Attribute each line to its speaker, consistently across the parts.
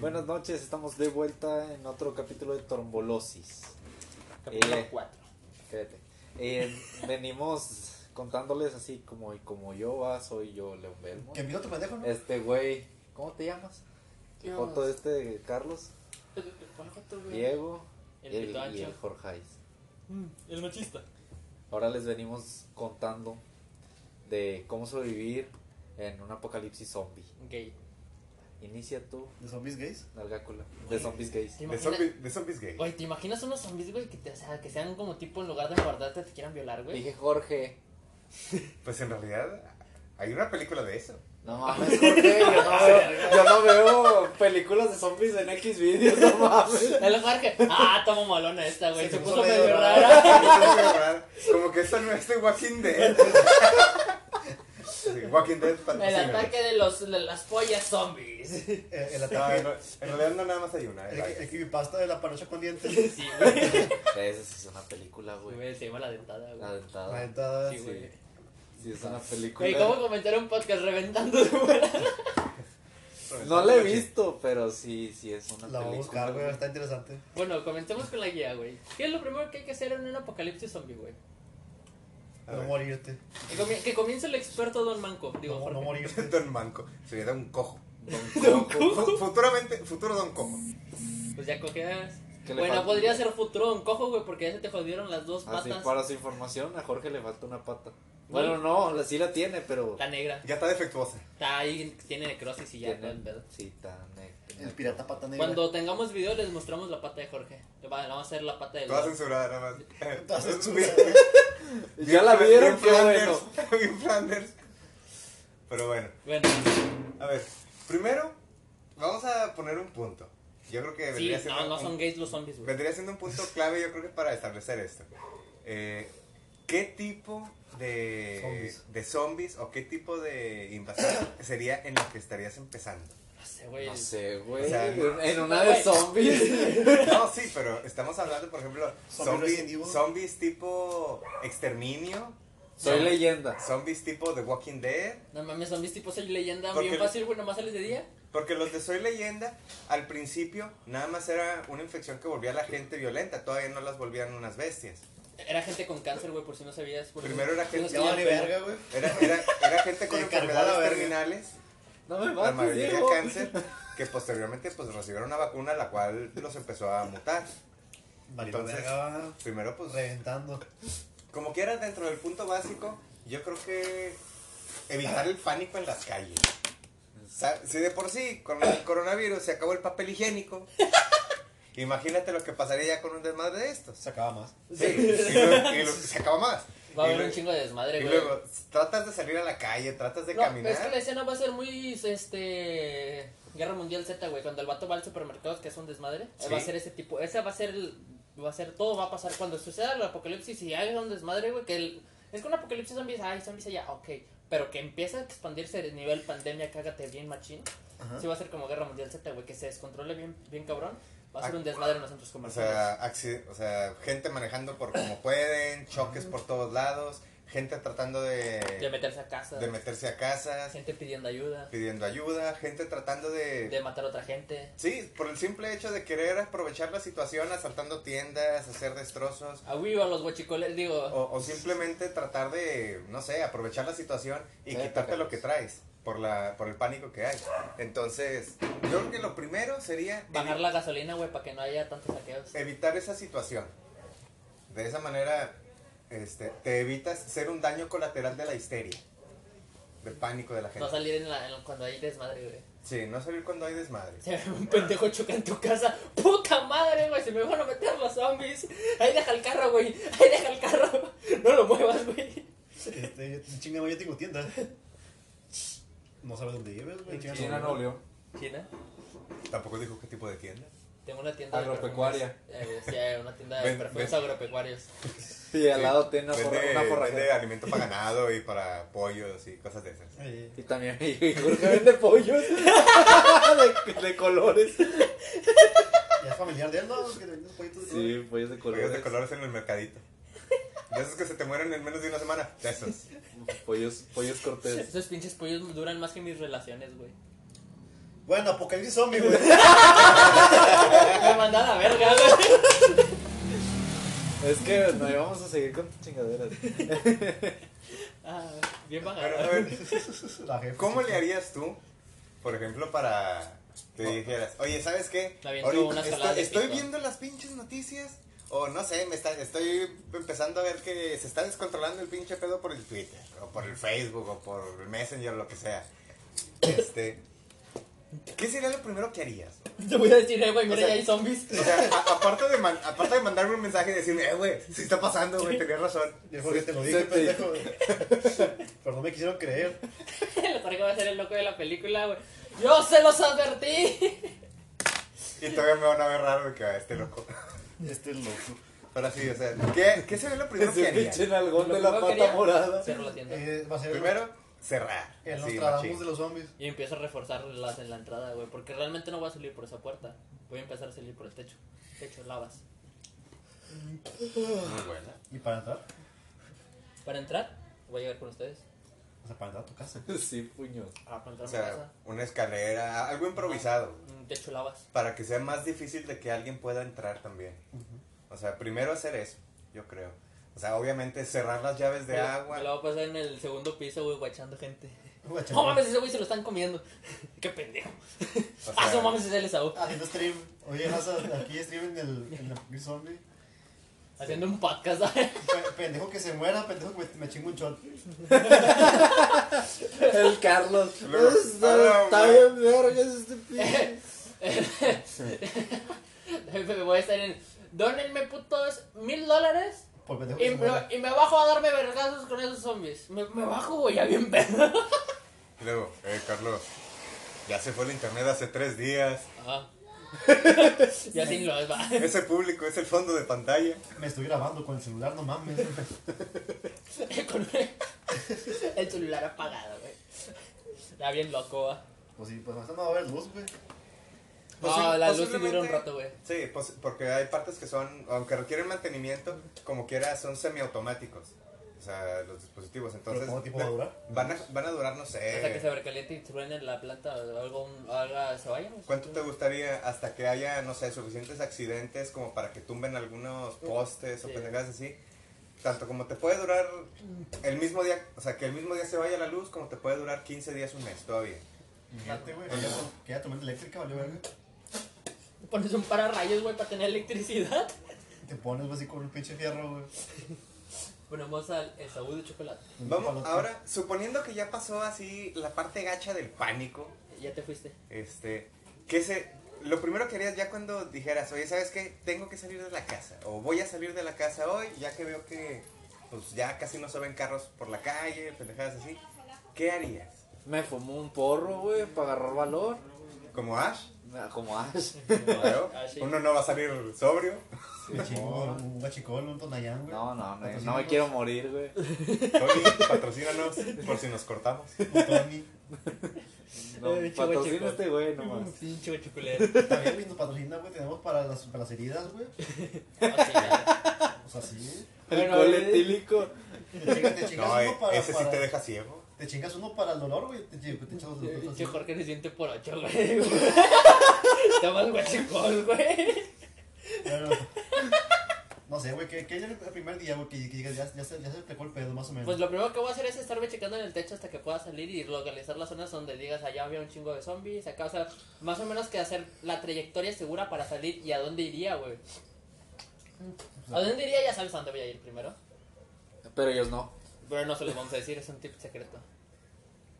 Speaker 1: Buenas noches, estamos de vuelta en otro capítulo de Trombolosis.
Speaker 2: Capítulo
Speaker 1: Eh,
Speaker 2: 4.
Speaker 1: Cállate. Eh, venimos contándoles así como y como yo ah, soy yo León Belmo.
Speaker 3: Que mira tu pendejo, ¿no?
Speaker 1: Este güey, ¿cómo te llamas? Foto de este Carlos,
Speaker 2: Mm.
Speaker 1: Diego
Speaker 2: El
Speaker 1: y el,
Speaker 2: pito
Speaker 1: y el
Speaker 2: ancho.
Speaker 1: Jorjais.
Speaker 2: El machista.
Speaker 1: Ahora les venimos contando de cómo sobrevivir en un apocalipsis zombie.
Speaker 2: Gay.
Speaker 1: Inicia tú,
Speaker 3: ¿De zombies gays?
Speaker 1: Nargácula, de zombies gays.
Speaker 2: ¿Te
Speaker 4: De
Speaker 2: imaginas-
Speaker 4: zombies, de zombies gay.
Speaker 2: Güey, ¿te imaginas unos zombies, güey, que, te- o sea, que sean como tipo en lugar de guardarte te quieran violar, güey?
Speaker 1: Dije Jorge,
Speaker 4: Pues en realidad hay una película de eso.
Speaker 1: No mames, Jorge, yo no veo, yo no veo películas de zombies en X videos, no mames.
Speaker 2: El Jorge. Ah, tomo malona esta, güey.
Speaker 3: Se
Speaker 2: Se
Speaker 3: puso
Speaker 2: puso
Speaker 3: medio
Speaker 2: medio
Speaker 3: rara.
Speaker 2: rara.
Speaker 4: Como que esta no es de Walking Dead. Sí, Walking Dead
Speaker 2: El
Speaker 4: patrocínanos.
Speaker 2: ataque de, los, de las pollas zombies.
Speaker 3: El, el
Speaker 4: No,
Speaker 3: ataque.
Speaker 4: en, en realidad no nada más hay una.
Speaker 3: el,
Speaker 4: hay varias.
Speaker 3: el creepypasta de la parocha con dientes.
Speaker 2: Sí, güey.
Speaker 1: Esa sí es una película, güey.
Speaker 2: Güey, Se llama la dentada,
Speaker 1: La
Speaker 2: güey.
Speaker 3: La
Speaker 1: dentada.
Speaker 3: neta,
Speaker 2: Sí, güey.
Speaker 1: Sí, es una
Speaker 2: Güey, ¿cómo
Speaker 1: película.
Speaker 2: comentar un podcast reventando de bola?
Speaker 1: No la he visto, pero sí, sí es una
Speaker 3: La voy a buscar, güey.
Speaker 1: película.
Speaker 3: Está interesante.
Speaker 2: Bueno, comencemos con la guía, güey. ¿Qué es lo primero que hay que hacer en un apocalipsis zombie, güey?
Speaker 4: A
Speaker 3: No
Speaker 4: ver.
Speaker 3: morirte.
Speaker 2: Que, comie- que comience el experto Don Manco. Digo,
Speaker 3: No,
Speaker 2: Jorge.
Speaker 3: no morirte.
Speaker 4: Don Manco. Se da un cojo.
Speaker 1: Don Coco.
Speaker 4: Fu- Futuramente, futuro Don Cojo.
Speaker 2: Pues ya cojeas.
Speaker 1: ¿Qué le
Speaker 2: Bueno,
Speaker 1: falta?
Speaker 2: podría ser futuro un cojo, güey, porque ya se te jodieron las dos
Speaker 4: Ah,
Speaker 1: Así,
Speaker 2: patas.
Speaker 1: para su información, a Jorge le falta una pata. Bueno, no, la- sí la tiene, pero...
Speaker 2: La negra.
Speaker 4: Ya está defectuosa.
Speaker 2: Está ahí, tiene necrosis y ya, todo el
Speaker 1: Tiene,
Speaker 2: pedo.
Speaker 1: sí, tan...
Speaker 3: El pirata pata negra.
Speaker 2: Cuando tengamos video les mostramos la pata de Jorge. Va- Vamos a hacer la pata del...
Speaker 4: Toda censurada nada más.
Speaker 3: Toda censurada.
Speaker 1: ¿Ya la vieron?
Speaker 4: Bien
Speaker 1: Qué bueno.
Speaker 4: Flanders. Bien Flanders. Pero bueno.
Speaker 2: Bueno,
Speaker 4: A ver, primero vamos a poner un punto. Yo creo que
Speaker 2: sí,
Speaker 4: vendría, siendo,
Speaker 2: no, no
Speaker 4: un,
Speaker 2: son gays los zombies, güey.
Speaker 4: vendría siendo un punto clave, yo creo que para establecer esto. Eh, ¿Qué tipo de
Speaker 3: Zombies.
Speaker 4: de zombies o qué tipo de invasión sería en la que estarías empezando?
Speaker 2: No sé, güey.
Speaker 1: No sé, güey.
Speaker 4: O sea,
Speaker 1: en una de
Speaker 2: güey.
Speaker 1: zombies.
Speaker 4: No, sí, pero estamos hablando, por ejemplo,
Speaker 3: Zombie
Speaker 4: zombies-
Speaker 3: Resident Evil.
Speaker 4: zombies tipo exterminio,
Speaker 1: Soy leyenda.
Speaker 4: zombies tipo The Walking Dead,
Speaker 2: No mames, zombies tipo soy leyenda.
Speaker 4: Porque-
Speaker 2: Bien fácil, güey, nomás sales de día.
Speaker 4: Porque los de Soy Leyenda, al principio, nada más era una infección que volvía a la gente violenta, todavía no las volvían unas bestias.
Speaker 2: Era gente con cáncer, güey, por si no sabías. por si-
Speaker 4: Primero era
Speaker 2: si no
Speaker 4: gente-
Speaker 3: Ya
Speaker 2: sabías,
Speaker 3: vale
Speaker 2: pero-
Speaker 3: verga, güey.
Speaker 4: Era, era, era gente con
Speaker 3: Te cargó la
Speaker 4: enfermedades
Speaker 3: verga.
Speaker 4: terminales,
Speaker 1: No me
Speaker 4: la
Speaker 1: mates,
Speaker 4: mayoría
Speaker 1: Diego.
Speaker 4: cáncer, que posteriormente pues recibieron una vacuna la cual los empezó a mutar.
Speaker 3: Valiendo
Speaker 4: Entonces-
Speaker 3: verga.
Speaker 4: Primero pues,
Speaker 3: Reventando.
Speaker 4: como quiera dentro del punto básico, yo creo que evitar el pánico en las calles. O sea, si de por sí con el coronavirus se acabó el papel higiénico, imagínate lo que pasaría ya con un desmadre de estos.
Speaker 3: Se acaba más.
Speaker 4: Sí, y luego- y luego se acaba más.
Speaker 2: Va a haber
Speaker 4: Y
Speaker 2: un
Speaker 4: luego-
Speaker 2: chingo de desmadre,
Speaker 4: Y
Speaker 2: güey.
Speaker 4: luego, tratas de salir a la calle, tratas de
Speaker 2: No,
Speaker 4: caminar.
Speaker 2: es que la escena va a ser muy, este, Guerra Mundial Z, güey, cuando el vato va al supermercado, que es un desmadre, eh,
Speaker 4: Sí.
Speaker 2: va a ser ese tipo, esa va a ser, el- va a ser, todo va a pasar, cuando suceda el apocalipsis y haya un desmadre, güey, que el, es que un apocalipsis zombies, ay, zombies allá, ok, pero que empieza a expandirse el nivel pandemia, cágate bien machín,
Speaker 3: Ajá.
Speaker 2: sí va a ser como Guerra Mundial Z, güey, que se descontrole bien, bien cabrón, va a ser un desmadre en los centros
Speaker 4: Ah, O
Speaker 2: comerciales.
Speaker 4: sea, acci- o sea, gente manejando por como pueden, choques por todos lados, gente tratando de,
Speaker 2: de meterse a casa,
Speaker 4: de meterse a casas,
Speaker 2: gente pidiendo ayuda,
Speaker 4: pidiendo ayuda, gente tratando de...
Speaker 2: de matar a otra gente,
Speaker 4: Sí, por el simple hecho de querer aprovechar la situación, asaltando tiendas, hacer destrozos,
Speaker 2: a vivo a los guachicoles, digo...
Speaker 4: o, o simplemente tratar de, no sé, aprovechar la situación y
Speaker 1: Sí,
Speaker 4: quitarte
Speaker 1: porque-
Speaker 4: lo que traes por, la, por el pánico que hay. Entonces, yo creo que lo primero sería evi-
Speaker 2: Bajar la gasolina, güey, para que no haya tantos saqueos.
Speaker 4: evitar esa situación. De esa manera, este, te evitas ser un daño colateral de la histeria, del pánico de la gente.
Speaker 2: No salir en la, en- cuando hay desmadre, güey.
Speaker 4: sí, no salir cuando hay desmadre.
Speaker 2: Se ve un pendejo choca en tu casa. ¡Puta madre, güey! Se me van a meter los zombies. Ahí deja el carro, güey. Ahí deja el carro. No lo muevas, güey.
Speaker 3: Este, chinga, yo tengo tienda. No sabes dónde vives, güey. chinga,
Speaker 1: China,
Speaker 3: no.
Speaker 1: Nuevo León.
Speaker 2: China,
Speaker 4: Tampoco dijo qué tipo de tienda.
Speaker 2: tengo una tienda
Speaker 1: Agropecuaria.
Speaker 2: de perfumes. Eh, güey, sí, hay una tienda de
Speaker 4: Ven-
Speaker 2: perfumes
Speaker 4: ven.
Speaker 2: agropecuarios.
Speaker 1: Sí, al lado tiene una, forra-
Speaker 4: Vende,
Speaker 1: una
Speaker 4: vende
Speaker 1: forrajera.
Speaker 4: alimento para ganado y para pollos y cosas de esas.
Speaker 3: Eh,
Speaker 1: Y también y Jorge vende pollos de, de colores.
Speaker 3: Ya es familiar de él, ¿no? Que le venden pollitos de color.
Speaker 1: Sí, pollos de
Speaker 4: Pollos
Speaker 1: colores.
Speaker 4: de colores en el mercadito. De esos que se te mueren en menos de una semana. De esos.
Speaker 1: Pollos, pollos cortés.
Speaker 4: Pues-
Speaker 2: Esos pinches pollos duran más que mis relaciones, güey.
Speaker 3: Bueno, apocalipsis zombie, güey.
Speaker 2: Me mandan a la verga, güey.
Speaker 1: Es que no íbamos a seguir con tus chingaderas.
Speaker 2: Ah, bien
Speaker 4: Pero,
Speaker 2: bajada.
Speaker 4: a ver,
Speaker 3: La jefa.
Speaker 4: ¿cómo le harías tú, por ejemplo, para te dijeras, oye, ¿sabes qué?
Speaker 2: Oh. La aviento
Speaker 4: Ahorita
Speaker 2: una
Speaker 4: estoy,
Speaker 2: jalada de
Speaker 4: estoy
Speaker 2: pico".
Speaker 4: viendo las pinches noticias, o no sé, me está, estoy empezando a ver que se está descontrolando el pinche pedo por el Twitter, o por el Facebook, o por el Messenger, lo que sea. Este, ¿qué sería lo primero que harías?
Speaker 2: Te voy a decir, eh, güey,
Speaker 4: O
Speaker 2: mira,
Speaker 4: sea-
Speaker 2: ya hay zombies.
Speaker 4: O sea, a- aparte, de man- aparte de mandarme un mensaje y decirme, eh, güey, sí está pasando, güey, tenías razón.
Speaker 3: Yo porque te lo
Speaker 1: Se-
Speaker 3: dije,
Speaker 1: se te-
Speaker 3: pendejo. Pero no me quisieron creer.
Speaker 2: El Jorge va a ser el loco de la película, güey. ¡Yo se los advertí!
Speaker 4: Y todavía me van a ver raro de que "Ah, este loco.
Speaker 3: Este es loco.
Speaker 4: Pero sí, o sea, ¿qué, qué sería lo primero que
Speaker 1: Ese
Speaker 4: harías?
Speaker 1: pinche nalgón
Speaker 2: Lo
Speaker 1: de la
Speaker 2: primero
Speaker 1: pata
Speaker 2: que haría,
Speaker 1: morada.
Speaker 2: Cierro la tienda.
Speaker 3: Eh, va a ser
Speaker 4: Primero, cerrar.
Speaker 3: el
Speaker 4: así,
Speaker 3: Nostradamus
Speaker 4: machín.
Speaker 3: de los zombies.
Speaker 2: Y empiezo a reforzar las en la entrada, güey. Porque realmente no voy a salir por esa puerta. Voy a empezar a salir por el techo. Techo, lavas.
Speaker 4: Muy buena.
Speaker 3: ¿Y para entrar?
Speaker 2: Para entrar, voy a llegar con ustedes.
Speaker 3: O sea, para entrar a tu casa.
Speaker 1: Sí, puños.
Speaker 2: A plantar mi
Speaker 4: O sea,
Speaker 2: casa.
Speaker 4: una escalera, algo improvisado.
Speaker 2: Un techo, lavas.
Speaker 4: Para que sea más difícil de que alguien pueda entrar también. O sea, primero hacer eso, yo creo. O sea, obviamente cerrar las llaves de
Speaker 2: Me la-
Speaker 4: agua.
Speaker 2: Me la voy a pasar en el segundo piso, güey, guachando gente.
Speaker 3: Güey,
Speaker 2: No mames, ese güey se lo están comiendo. Qué pendejo.
Speaker 4: o
Speaker 2: ah,
Speaker 4: sea,
Speaker 2: no mames, ese es el Esaú.
Speaker 3: Haciendo stream. Oye, Raza, aquí stream en el, en el apocalipsis zombie.
Speaker 2: Haciendo un podcast, ¿sabes?
Speaker 3: Pe- Pendejo que se muera, pendejo que me, me chingo un shot.
Speaker 1: El Carlos.
Speaker 4: Luego, ah,
Speaker 1: Está,
Speaker 4: a la
Speaker 1: está
Speaker 4: madre.
Speaker 1: bien vergas este pinche.
Speaker 2: Me voy a estar en. Dónenme putos mil dólares
Speaker 3: Por pendejo que
Speaker 2: y
Speaker 3: se
Speaker 2: me,
Speaker 3: muera.
Speaker 2: y me bajo a darme vergazos con esos zombies. Me, me bajo, güey, ya bien pedo.
Speaker 4: Luego, eh, Carlos, ya se fue el internet hace tres días.
Speaker 2: Ah. ya sin los va.
Speaker 4: Ese público es el fondo de pantalla.
Speaker 3: Me estoy grabando con el celular, no mames.
Speaker 2: Con el celular apagado, güey. Está bien loco, va.
Speaker 3: Pues sí, pues más no va a haber luz, güey.
Speaker 2: Ah,
Speaker 4: Posi-
Speaker 2: la luz sí dura un
Speaker 4: Pues posiblemente-
Speaker 2: rato, güey.
Speaker 4: Sí, pues, porque hay partes que son, aunque requieren mantenimiento, como quiera, son semiautomáticos. O sea, los dispositivos. Entonces,
Speaker 3: ¿Pero cuánto tiempo va a durar?
Speaker 4: Van a, van a durar, no
Speaker 2: Hasta que se
Speaker 4: sé.
Speaker 2: recaliente y truene la planta o algo, un- haga, se vaya. güey.
Speaker 4: ¿Cuánto te gustaría hasta que haya, no sé, suficientes accidentes como para que tumben algunos postes o
Speaker 2: Sí.
Speaker 4: pendejadas así? Tanto como te puede durar el mismo día, o sea, que el mismo día se vaya la luz, como te puede durar 15 días, un mes todavía.
Speaker 3: Fíjate, güey. ya con- Que ya tormenta eléctrica, valió verga.
Speaker 2: Pones un pararrayos, güey, para tener electricidad.
Speaker 3: Y Te pones güey, así con un pinche fierro, güey.
Speaker 2: Ponemos al el sabor de chocolate.
Speaker 3: Un
Speaker 4: Vamos,
Speaker 3: palote.
Speaker 4: ahora, suponiendo que ya pasó así la parte gacha del pánico,
Speaker 2: Ya te fuiste.
Speaker 4: Este, que se, lo primero que harías ya cuando dijeras, oye, ¿sabes qué? Tengo que salir de la casa, o voy a salir de la casa hoy, ya que veo que, pues, ya casi no se ven carros por la calle, pendejadas así, ¿qué harías?
Speaker 1: Me fumó un porro, güey, para agarrar valor.
Speaker 4: ¿Como Ash?
Speaker 1: Ah, Como Ash.
Speaker 4: Claro,
Speaker 2: Ah, sí.
Speaker 4: uno no va a salir sobrio.
Speaker 3: Me chingo un guachicol, un tonayán, güey.
Speaker 1: No, no, no, no
Speaker 3: Patrocínanos.
Speaker 1: me quiero morir, güey.
Speaker 4: Tony, patrocínanos por si nos cortamos.
Speaker 3: Un Tony.
Speaker 1: No,
Speaker 2: Eh, chihuahua,
Speaker 1: patrocina
Speaker 2: chihuahua.
Speaker 1: este güey nomás.
Speaker 2: Pinche güey, chocolate.
Speaker 3: También güey, nos patrocina, güey. Tenemos para las, para las heridas, güey.
Speaker 2: Ah, sí, ya.
Speaker 3: O sea, sí.
Speaker 1: El
Speaker 2: Bueno, eh.
Speaker 1: coletílico.
Speaker 3: Te chingas, te chingas
Speaker 4: No,
Speaker 3: uno
Speaker 4: eh,
Speaker 3: para.
Speaker 4: ese sí
Speaker 3: para-
Speaker 4: te deja ciego.
Speaker 3: te chingas uno para el dolor, güey. Te, chingas- te echas los dos.
Speaker 2: Pinche
Speaker 3: así.
Speaker 2: Eh, Jorge se siente por ocho, güey. Tomas guachicol, güey.
Speaker 3: Pero, No sé, güey. ¿qué, ¿Qué es el primer día, güey? Que, que digas, ya, ya, se, ya se te el pedo, más o menos.
Speaker 2: Pues lo primero que voy a hacer es estarme checando en el techo hasta que pueda salir y localizar las zonas donde digas allá había un chingo de zombies. Acá, o sea, más o menos que hacer la trayectoria segura para salir y a dónde iría, güey. ¿A dónde iría? Ya sabes a dónde voy a ir primero.
Speaker 1: Pero ellos no.
Speaker 2: Pero no se los vamos a decir, es un tip secreto.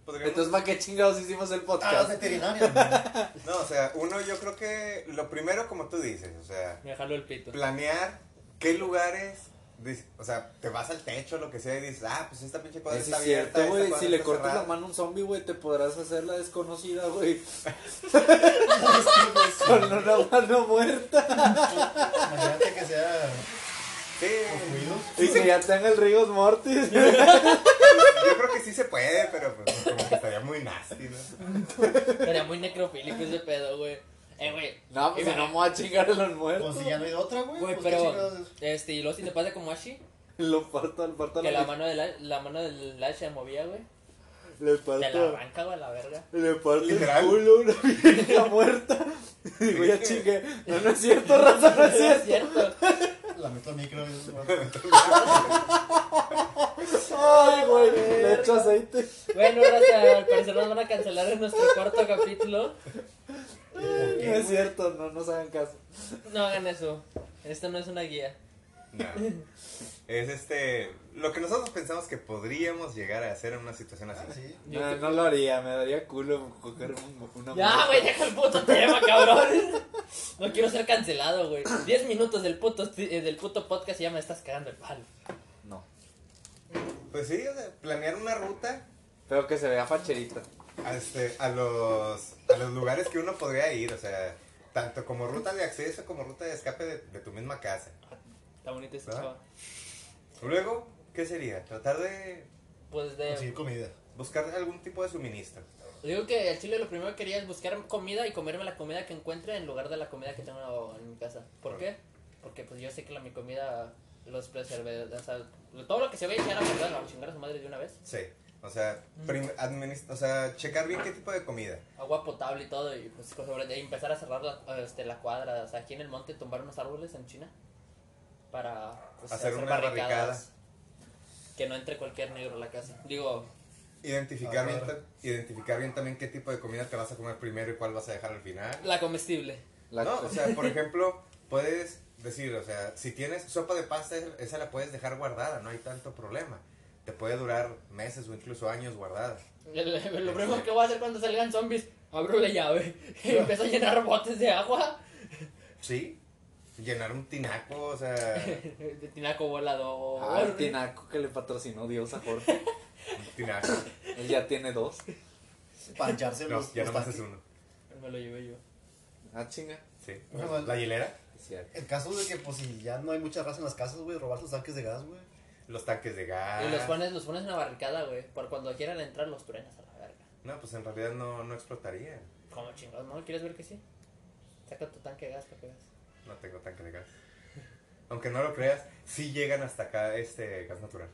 Speaker 4: Podríamos-
Speaker 1: Entonces, ¿para qué chingados hicimos el
Speaker 3: Ah, las
Speaker 1: podcast?
Speaker 3: veterinarias, güey.
Speaker 4: No, o sea, uno yo creo que lo primero, como tú dices, o sea,
Speaker 2: Me jalo el pito.
Speaker 4: planear qué lugares. dis- O sea, te vas al techo, lo que sea, y dices, ah, pues esta pinche cuadra
Speaker 1: Eso
Speaker 4: está
Speaker 1: es cierto,
Speaker 4: abierta. esta
Speaker 1: güey.
Speaker 4: cuadra
Speaker 1: Si le
Speaker 4: está
Speaker 1: cortas
Speaker 4: cerrada".
Speaker 1: la mano a un zombie, güey, te podrás hacer la desconocida, güey. Con una mano muerta.
Speaker 3: Imagínate que sea
Speaker 4: Sí,
Speaker 1: Pues
Speaker 3: construido.
Speaker 1: Y que ya tenga el rigos mortis.
Speaker 4: yo creo que sí se puede, pero pues, como que estaría muy nasty, ¿no?
Speaker 2: Sería muy necrofílico ese pedo, güey. Eh, güey.
Speaker 1: No, pues
Speaker 2: Imagina-
Speaker 1: no me voy a chingar a los
Speaker 3: Pues
Speaker 1: muertos.
Speaker 3: si ya no hay otra, güey.
Speaker 2: Güey,
Speaker 3: pues, ¿qué
Speaker 2: pero.
Speaker 3: chingados?
Speaker 2: Este, y luego si te pasa como Ashi,
Speaker 1: Lo parto, lo parto a
Speaker 2: que la
Speaker 1: la
Speaker 2: mano, de la, la mano del Ash se movía, güey.
Speaker 1: Le
Speaker 2: Te la
Speaker 1: parto,
Speaker 2: arranca, güey, a la verga.
Speaker 1: le parto
Speaker 4: Literal.
Speaker 1: el culo a una vieja muerta. Y digo, ya chingue. No, no es cierto, raza, no es
Speaker 2: es
Speaker 1: cierto.
Speaker 2: cierto.
Speaker 3: La meto al micro. es-
Speaker 1: Ay, güey, le echo aceite.
Speaker 2: Bueno, gracias. Al parecer nos van a cancelar en nuestro cuarto capítulo.
Speaker 1: Ay, No es cierto, no, no se hagan caso.
Speaker 2: No hagan eso. Esto no es una guía.
Speaker 4: No. Es este. Lo que nosotros pensamos que podríamos llegar a hacer en una situación
Speaker 1: Ah,
Speaker 4: así.
Speaker 3: Sí.
Speaker 2: Yo
Speaker 1: No,
Speaker 2: creo-
Speaker 1: no lo haría, me daría culo coger un- una
Speaker 2: Ya,
Speaker 1: muerta.
Speaker 2: güey, deja el puto tema, cabrón. No quiero ser cancelado, güey. Diez minutos del puto, eh, del puto podcast y ya me estás cagando el palo.
Speaker 1: No.
Speaker 4: Pues sí, o sea, planear una ruta
Speaker 1: Pero que se vea facherita.
Speaker 4: a, este, a, los, a los lugares que uno podría ir. O sea, tanto como ruta de acceso como ruta de escape de, de tu misma casa.
Speaker 2: Está bonita esta
Speaker 4: ¿Verdad?
Speaker 2: chava.
Speaker 4: Luego, ¿qué sería? Tratar de
Speaker 2: Pues de.
Speaker 3: Conseguir comida.
Speaker 4: buscar algún tipo de suministro.
Speaker 2: Digo que al chile lo primero que quería es buscar comida y comerme la comida que encuentre en lugar de la comida que tengo en mi casa. ¿Por qué? Porque pues yo sé que la, mi comida, los preservé, o sea, todo lo que se vaya a echar a perder, la chingar a su madre de una vez.
Speaker 4: Sí. O sea, prim- administ- o sea, checar bien qué tipo de comida.
Speaker 2: Agua potable y todo, y pues sobre- y empezar a cerrar la, este, la cuadra, o sea, aquí en el monte tumbar unos árboles en China para pues,
Speaker 4: Hacer una
Speaker 2: Que no entre cualquier negro a la casa. Digo,
Speaker 4: Identificar,
Speaker 3: Ah,
Speaker 4: bien,
Speaker 3: claro.
Speaker 4: ta- identificar bien también qué tipo de comida te vas a comer primero y cuál vas a dejar al final.
Speaker 2: la comestible.
Speaker 1: La
Speaker 4: no, o sea, por ejemplo, puedes decir, o sea, si tienes sopa de pasta, esa la puedes dejar guardada, no hay tanto problema. Te puede durar meses o incluso años guardada.
Speaker 2: Lo primero que voy a hacer cuando salgan zombies, abro la llave y empiezo a llenar botes de agua.
Speaker 4: ¿Sí? Llenar un tinaco, o sea,
Speaker 2: De tinaco volador.
Speaker 1: Ah, el tinaco que le patrocinó Dios a Jorge.
Speaker 4: un tinaco.
Speaker 1: Él ya tiene dos.
Speaker 3: Pancharse
Speaker 4: No,
Speaker 3: los.
Speaker 4: ya
Speaker 3: los
Speaker 4: nomás es
Speaker 3: tanques.
Speaker 4: uno.
Speaker 2: Me lo llevé yo.
Speaker 1: Ah, chinga.
Speaker 4: Sí.
Speaker 3: Ojalá.
Speaker 4: La hielera,
Speaker 1: Es cierto.
Speaker 3: El caso de que, pues, si ya no hay mucha raza en las casas, güey, robar sus tanques de gas, güey.
Speaker 4: los tanques de
Speaker 2: Y los
Speaker 4: gas.
Speaker 2: pones, los pones en la barricada, güey. Por cuando quieran entrar, los truenas a la verga.
Speaker 4: No, pues en realidad no, no explotaría.
Speaker 2: Como chingados, ¿no? ¿Quieres ver que sí? Saca tu tanque de gas para que veas.
Speaker 4: No tengo tanque de gas. Aunque no lo creas, sí llegan hasta acá este gas natural.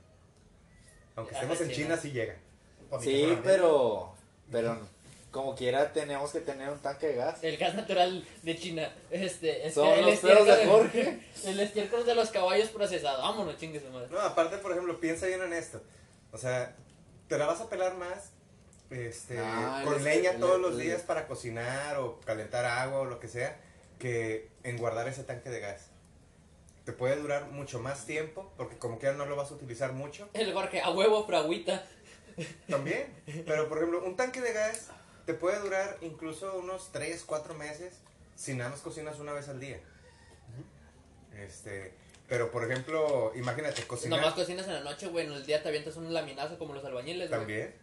Speaker 4: Aunque
Speaker 2: Ah,
Speaker 4: estemos en
Speaker 2: sí,
Speaker 4: China,
Speaker 2: ¿no?
Speaker 4: sí llegan.
Speaker 3: Pa' mi
Speaker 1: Sí,
Speaker 3: camarada.
Speaker 1: pero. Pero como quiera, tenemos que tener un tanque de gas.
Speaker 2: El gas natural de China. Este, este
Speaker 1: Son
Speaker 2: el
Speaker 1: los perros de
Speaker 2: estiércol
Speaker 1: Jorge.
Speaker 2: El estiércol de los caballos procesado. Vámonos, chingue su madre.
Speaker 4: No, aparte, por ejemplo, piensa bien en esto. O sea, te la vas a pelar más este,
Speaker 1: Ah, el
Speaker 4: con
Speaker 1: este-
Speaker 4: leña
Speaker 1: el-
Speaker 4: todos los
Speaker 1: el-
Speaker 4: días para cocinar o calentar agua o lo que sea que en guardar ese tanque de gas. Te puede durar mucho más tiempo porque como quiera no lo vas a utilizar mucho
Speaker 2: El Jorge, a huevo, fragüita.
Speaker 4: también. Pero, por ejemplo, un tanque de gas te puede durar incluso unos 3, 4 meses si nada más cocinas una vez al día. Este, pero, por ejemplo, imagínate cocinar...
Speaker 2: Nomás cocinas en la noche, güey. En el día te avientas un laminazo como los albañiles, güey.
Speaker 4: También.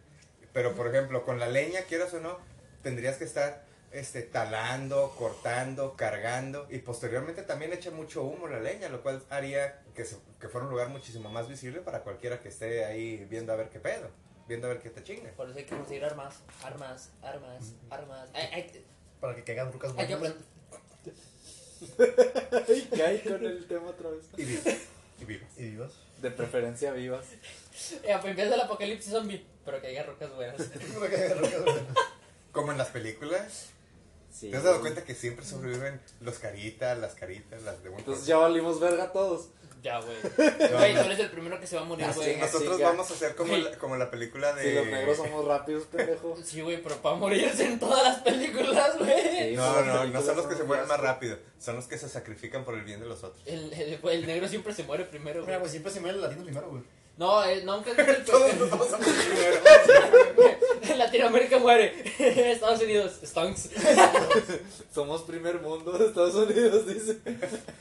Speaker 4: Pero, por ejemplo, con la leña, quieras o no, tendrías que estar este, talando, cortando, cargando. Y posteriormente también echa mucho humo la leña, lo cual haría que, se- que fuera un lugar muchísimo más visible para cualquiera que esté ahí viendo a ver qué pedo. Viendo a ver qué te chinga.
Speaker 2: Por eso hay que conseguir armas, armas, armas, armas. Hay, hay,
Speaker 3: Para que caigan rucas
Speaker 2: hay que
Speaker 3: buenas.
Speaker 2: aprender.
Speaker 1: Ay, cae con el tema otra vez.
Speaker 4: Y vive. Y vive.
Speaker 3: Y vivas.
Speaker 1: De preferencia vivas.
Speaker 2: Ya, pues empieza el apocalipsis zombie. Pero que haya rocas buenas.
Speaker 3: Para que caigan rucas buenas.
Speaker 4: Como en las películas.
Speaker 1: Sí.
Speaker 4: ¿Te has dado cuenta que siempre sobreviven los caritas, las caritas, las de buen
Speaker 1: Entonces
Speaker 4: porte?
Speaker 1: ya valimos verga todos.
Speaker 2: ya, güey. Güey, tú eres el primero que se va a morir,
Speaker 1: Ah,
Speaker 2: güey.
Speaker 1: chinga.
Speaker 4: Nosotros
Speaker 1: Chinga.
Speaker 4: vamos a hacer como la, como la película de...
Speaker 1: Si los negros somos rápidos, pendejo.
Speaker 2: Sí, güey, pero para morirse en todas las películas, güey.
Speaker 1: Sí.
Speaker 4: No, no, no
Speaker 1: Películas
Speaker 4: son los que
Speaker 1: son
Speaker 4: se
Speaker 1: un
Speaker 4: mueren más
Speaker 1: asco.
Speaker 4: rápido, son los que se sacrifican por el bien de los otros.
Speaker 2: El, el, güey, el negro siempre se muere primero,
Speaker 3: Mira,
Speaker 2: güey.
Speaker 3: güey, siempre se muere el latino primero, güey.
Speaker 2: No, eh, nunca es el
Speaker 4: Todos nos vamos a morir primero.
Speaker 2: En Latinoamérica muere. Estados Unidos, stonks.
Speaker 1: Somos primer mundo de Estados Unidos, dice.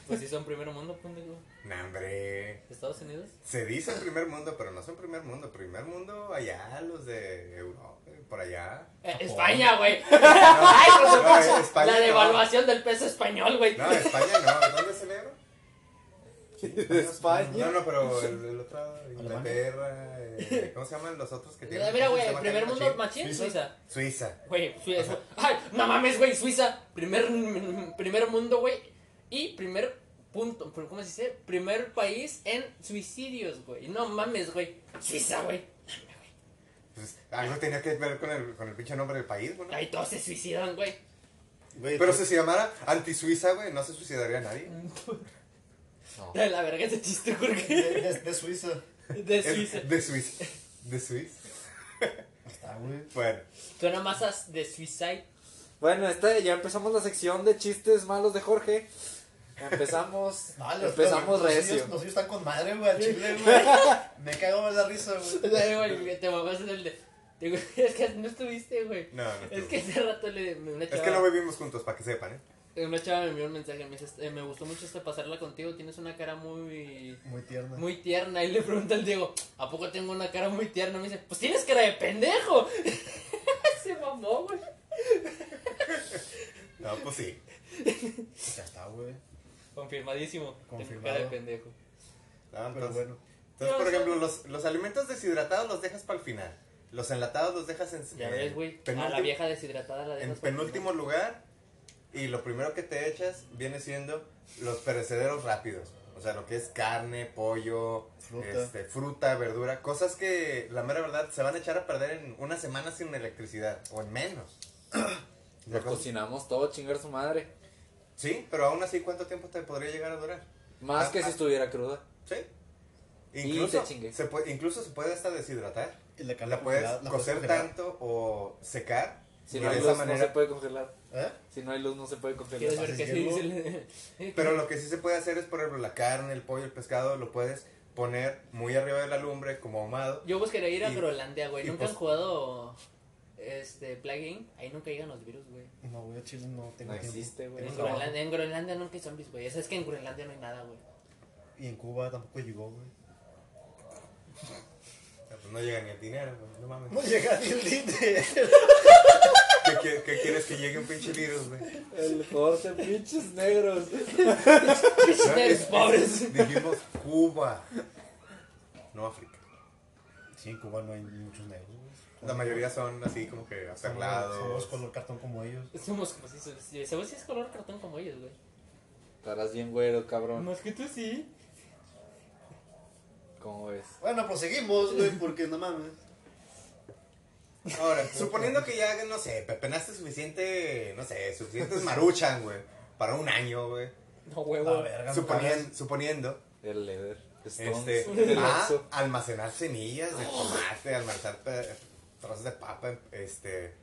Speaker 2: Pues sí, son primer mundo, pendejo.
Speaker 4: No, hombre.
Speaker 2: Estados Unidos.
Speaker 4: Se dice primer mundo, pero no son primer mundo. Primer mundo allá, los de Europa, por allá.
Speaker 2: Eh,
Speaker 3: Japón.
Speaker 2: España, güey.
Speaker 4: No,
Speaker 2: Ay, pues,
Speaker 4: no, eh, España
Speaker 2: la
Speaker 4: no.
Speaker 2: devaluación del peso español, güey.
Speaker 4: No, España no. ¿Dónde es el negro?
Speaker 1: De España.
Speaker 4: No, no, pero el, el otro,
Speaker 3: Alemania.
Speaker 4: Inglaterra. eh, ¿Cómo se llaman los otros que tienen?
Speaker 2: Mira, güey,
Speaker 4: Se
Speaker 2: el
Speaker 4: llama
Speaker 2: primer mundo
Speaker 4: Machín.
Speaker 2: machín,
Speaker 3: Suiza.
Speaker 2: Suiza.
Speaker 4: Suiza.
Speaker 2: Güey,
Speaker 4: O sea-
Speaker 2: Suiza. Ay, no mames, güey, Suiza. Primer, mm, primer mundo, güey. Y primer punto, pero ¿cómo se dice? Primer país en suicidios, güey. No mames, güey. Suiza, güey.
Speaker 4: Pues, algo tenía que ver con el, con el pinche nombre del país, güey. ¿no?
Speaker 2: Ahí todos se suicidan, güey.
Speaker 3: Güey, pues,
Speaker 4: Pero
Speaker 3: tú-
Speaker 4: si se llamara anti-Suiza, güey, no se suicidaría nadie.
Speaker 1: No.
Speaker 2: De la verga ese chiste,
Speaker 3: de,
Speaker 2: Jorge.
Speaker 3: de- de Suiza.
Speaker 2: De
Speaker 4: Es
Speaker 2: Suiza.
Speaker 4: De Suiza. De Suiza.
Speaker 3: Ahí Está, güey.
Speaker 4: Bueno,
Speaker 2: Suena más a de suicide.
Speaker 1: Bueno, esta, ya empezamos la sección de chistes malos de Jorge. Empezamos,
Speaker 3: No, los-
Speaker 1: empezamos
Speaker 3: los- los
Speaker 1: recio.
Speaker 3: niños- Los niños están con madre, güey, al chile, güey. Me cago en la risa, güey.
Speaker 2: Ay, güey, Te mamás en el de. Digo, es que no estuviste, güey.
Speaker 4: no, no.
Speaker 2: Es
Speaker 4: tú.
Speaker 2: que hace rato le, una
Speaker 4: es
Speaker 2: chava,
Speaker 4: que no vivimos juntos, para que sepan, ¿eh?
Speaker 2: una chava me envió un mensaje, me dice, "Este, me gustó mucho este pasarla contigo, tienes una cara muy
Speaker 3: Muy tierna.
Speaker 2: muy tierna. Y le pregunta al Diego, ¿a poco tengo una cara muy tierna? Me dice, pues tienes cara de pendejo. Se mamó, güey.
Speaker 4: No, pues sí.
Speaker 3: Ya está, güey.
Speaker 2: Confirmadísimo. Tengo
Speaker 3: Confirmado.
Speaker 2: cara de pendejo.
Speaker 4: No,
Speaker 3: Pero
Speaker 4: entonces,
Speaker 3: bueno.
Speaker 4: entonces, por ejemplo, los, los alimentos deshidratados los dejas para el final. Los enlatados los dejas en.
Speaker 2: Ya
Speaker 4: en
Speaker 2: ves, güey. A la
Speaker 4: Eh, penúltimo-
Speaker 2: vieja deshidratada la
Speaker 4: En
Speaker 2: dejas. por
Speaker 4: penúltimo lugar, y lo primero que te echas viene siendo los perecederos rápidos. O sea, lo que es carne, pollo,
Speaker 3: Fruta.
Speaker 4: este, fruta verdura, cosas que la mera verdad se van a echar a perder en una semana sin electricidad, o en menos. Ya
Speaker 1: Lo
Speaker 4: cuando-
Speaker 3: Pues
Speaker 1: cocinamos todo, chingar su madre.
Speaker 4: Sí, pero aún así, ¿cuánto tiempo te podría llegar a durar?
Speaker 1: Más
Speaker 4: Ah,
Speaker 1: que
Speaker 4: ah.
Speaker 1: si estuviera cruda.
Speaker 4: Sí.
Speaker 1: te
Speaker 4: Incluso,
Speaker 1: chingué.
Speaker 4: se puede, incluso se puede hasta deshidratar.
Speaker 3: Y la carne
Speaker 4: La puedes
Speaker 3: congelada, la
Speaker 4: cocer
Speaker 3: congelar.
Speaker 4: tanto o secar.
Speaker 1: Si
Speaker 4: y
Speaker 1: no
Speaker 4: de
Speaker 1: hay
Speaker 4: esa
Speaker 1: luz, no
Speaker 4: manera
Speaker 1: se puede congelar.
Speaker 3: ¿Eh?
Speaker 1: Si no hay luz, no se puede
Speaker 2: ¿Quieres
Speaker 1: congelar.
Speaker 2: ver qué se
Speaker 3: Diego.
Speaker 2: dice? el-
Speaker 4: Pero lo que sí se puede hacer es, por ejemplo, la carne, el pollo, el pescado, lo puedes poner muy arriba de la lumbre, como ahumado.
Speaker 2: Yo buscaría ir a
Speaker 4: Y-
Speaker 2: Groenlandia, güey.
Speaker 4: y
Speaker 2: Nunca
Speaker 4: pues-
Speaker 2: han jugado este plugin. Ahí nunca llegan los virus, güey.
Speaker 3: No, güey, al chile no tengo
Speaker 1: No
Speaker 3: tiempo.
Speaker 1: existe, güey.
Speaker 3: Tengo
Speaker 2: En
Speaker 1: No.
Speaker 3: trabajo.
Speaker 2: Groenlandia, en Groenlandia nunca hay zombies, güey. O sea, es que en Groenlandia no hay nada, güey.
Speaker 3: Y en Cuba tampoco llegó, güey.
Speaker 4: O sea, pues no llega ni el dinero, güey, no mames.
Speaker 3: No llega ni el linde.
Speaker 4: ¿Qué, qui- qué quieres que llegue un pinche virus, güey?
Speaker 1: El Jorge, pinches negros.
Speaker 4: No,
Speaker 2: Ustedes
Speaker 4: es-
Speaker 2: pobres.
Speaker 4: es- Dijimos Cuba, no África.
Speaker 3: Sí, en Cuba no hay muchos negros, güey.
Speaker 4: La mayoría son así como que
Speaker 3: Somos- Somos
Speaker 4: aperlados.
Speaker 3: color cartón como ellos.
Speaker 2: Somos como si si- se ve si es color cartón como ellos, güey.
Speaker 1: Estarás bien güero, cabrón.
Speaker 2: Más que tú sí.
Speaker 1: ¿Cómo ves?
Speaker 3: Bueno, proseguimos, güey, porque no mames.
Speaker 4: Ahora, suponiendo que ya, no sé, pepenaste suficiente, no sé, suficientes maruchan, güey, para un año, güey.
Speaker 2: No, huevo.
Speaker 3: verga,
Speaker 4: Suponiendo, suponiendo
Speaker 1: El leather. Stones.
Speaker 4: Este,
Speaker 1: El
Speaker 4: a
Speaker 1: Oxxo.
Speaker 4: almacenar semillas de tomate, almacenar pe- trozos de papa, este,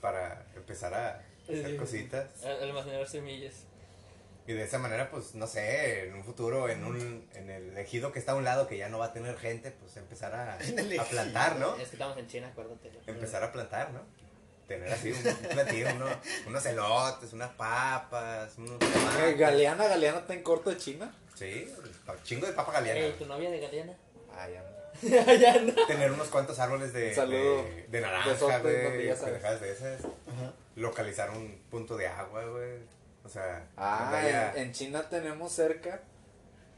Speaker 4: para empezar a hacer
Speaker 2: Eh,
Speaker 4: cositas.
Speaker 2: Al- Almacenar semillas.
Speaker 4: Y de esa manera, pues, no sé, en un futuro, en un, en el ejido que está a un lado que ya no va a tener gente, pues empezar a,
Speaker 3: En el
Speaker 4: a plantar, ¿no?
Speaker 2: Es que estamos en China, acuérdate.
Speaker 4: Empezar a plantar, ¿no? Tener así un, un platillo, uno- unos elotes, unas papas, unos
Speaker 1: Eh,
Speaker 4: tomates.
Speaker 1: Galeana, Galeana está en corto de China.
Speaker 4: Sí, pa- chingo de papa galeana.
Speaker 2: Ey, tu novia de Galeana.
Speaker 4: Ah, ya no.
Speaker 2: ya no.
Speaker 4: tener unos cuantos árboles de,
Speaker 1: Un saludo.
Speaker 4: de, de naranja,
Speaker 1: De sortes,
Speaker 4: güey,
Speaker 1: donde ya sabes.
Speaker 4: pendejadas de esas.
Speaker 3: Ajá.
Speaker 4: Localizar un punto de agua, güey. O sea,
Speaker 1: Ah,
Speaker 4: donde haya-
Speaker 1: en, en China tenemos cerca.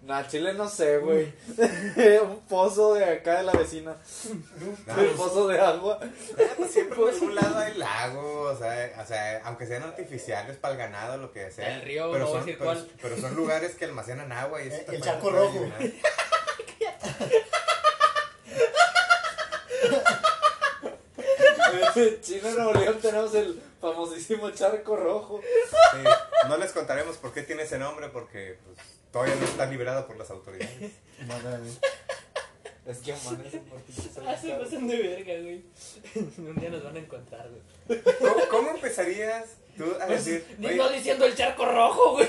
Speaker 1: No, Chile no sé, güey. un pozo de acá de la vecina.
Speaker 4: No,
Speaker 1: un
Speaker 4: pues,
Speaker 1: pozo de agua.
Speaker 4: ah, pues siempre por algún lado hay lago, o sea, o sea, aunque sean artificiales para el ganado, lo que sea.
Speaker 2: El río,
Speaker 4: pero
Speaker 2: no voy
Speaker 4: son,
Speaker 2: a decir
Speaker 4: pero-
Speaker 2: cuál.
Speaker 4: pero son lugares que almacenan agua y eso
Speaker 3: El- Eh, el
Speaker 4: también
Speaker 3: charco
Speaker 4: puede
Speaker 3: rojo.
Speaker 4: ayudar.
Speaker 1: China Nuevo León tenemos el famosísimo charco rojo.
Speaker 4: Sí, no les contaremos por qué tiene ese nombre, porque pues, todavía no está liberado por las autoridades.
Speaker 3: Madre.
Speaker 1: Es que amanece porque se
Speaker 2: Ah, se pasan de verga, güey. Un día nos van a encontrar, güey.
Speaker 4: ¿Cómo, cómo empezarías tú a
Speaker 2: Pues,
Speaker 4: decir? "Oye,
Speaker 2: Digo diciendo el charco rojo, güey.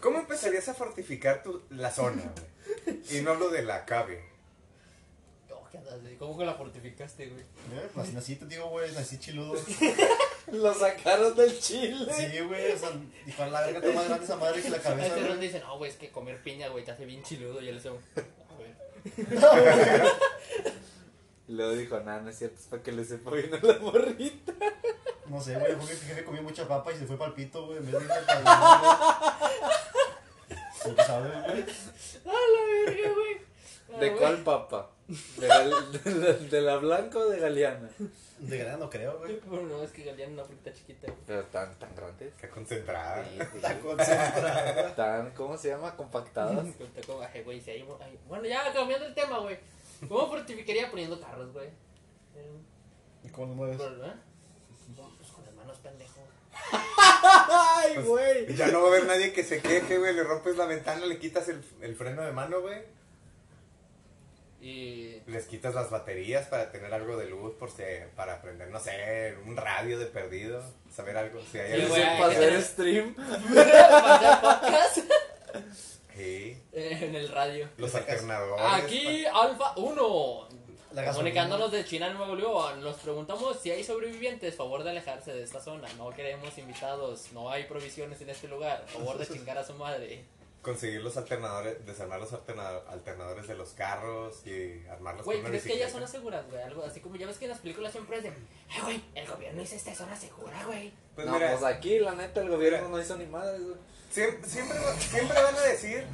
Speaker 4: ¿Cómo empezarías a fortificar tu, la zona, güey? Y no hablo de la cabe.
Speaker 2: No, ¿qué andas, güey? ¿Cómo que la fortificaste, güey?
Speaker 3: Eh, pues nací, te digo, güey, nací chiludo.
Speaker 1: Lo sacaron del Chile.
Speaker 3: Sí, güey, o sea, dijo, a la verga está más grande esa madre que la cabeza,
Speaker 2: Este ron
Speaker 3: güey.
Speaker 2: dice, no, güey, es que comer piña, güey, te hace bien chiludo. Y él dice, a ver.
Speaker 1: Y luego dijo, nada, no es cierto, es para que le sepa bien a la morrita.
Speaker 3: No sé, güey, porque mi jefe comió mucha papa y se fue pa'l pito, güey, en vez de irse pa'l güey. ¿Sí que sabes, güey?
Speaker 2: A la verga, güey. Ah,
Speaker 1: ¿De
Speaker 2: güey.
Speaker 1: cuál papa? De, gal- de la, de la blanca o de Galeana.
Speaker 3: De grano no creo, güey.
Speaker 2: Bueno, no, es que Galeano es una fruta chiquita. güey.
Speaker 1: Pero tan, tan grandes.
Speaker 4: Está concentrada.
Speaker 1: Sí, sí.
Speaker 3: La concentrada.
Speaker 1: Tan, ¿cómo se llama? Compactadas.
Speaker 2: Cuenta como, ay, güey, si hay- ay, Bueno, ya cambiando el tema, güey. ¿Cómo fortificaría poniendo carros, güey? Eh,
Speaker 3: ¿Y cómo lo
Speaker 1: Pues,
Speaker 3: mueves?
Speaker 2: ¿Verdad? No, pues con las manos, pendejo.
Speaker 1: ¡Ay, güey!
Speaker 4: Ya no va a haber nadie que se queje, güey. Le rompes la ventana, le quitas el, el freno de mano, güey.
Speaker 2: Y.
Speaker 4: Les quitas las baterías para tener algo de luz, por si, para prender, no sé, un radio de perdido. Saber algo. Si hay
Speaker 2: Sí,
Speaker 4: algo.
Speaker 2: güey, hay que
Speaker 1: Para hacer
Speaker 2: tener-
Speaker 1: stream.
Speaker 2: Mandar podcast
Speaker 4: Sí.
Speaker 2: eh, en el radio.
Speaker 4: Los
Speaker 3: Sacas-
Speaker 4: alternadores.
Speaker 2: Aquí, Alfa 1.
Speaker 3: La
Speaker 2: Comunicándonos de China a Nuevo León, nos preguntamos si hay sobrevivientes, favor de alejarse de esta zona. No queremos invitados, no hay provisiones en este lugar, favor de chingar a su madre.
Speaker 4: Conseguir los alternadores, desarmar los alternado- alternadores de los carros y armarlos
Speaker 2: Güey,
Speaker 4: con una
Speaker 2: ¿crees que ellas
Speaker 4: bicicleta.
Speaker 2: son seguras, güey? Algo así como ya ves que en las películas siempre es de, ay, güey, el gobierno dice esta zona segura, güey.
Speaker 4: Pues
Speaker 1: no,
Speaker 4: mira,
Speaker 1: pues aquí, la neta, el gobierno no hizo ni madre, güey.
Speaker 4: siem- siempre, va- siempre van a decir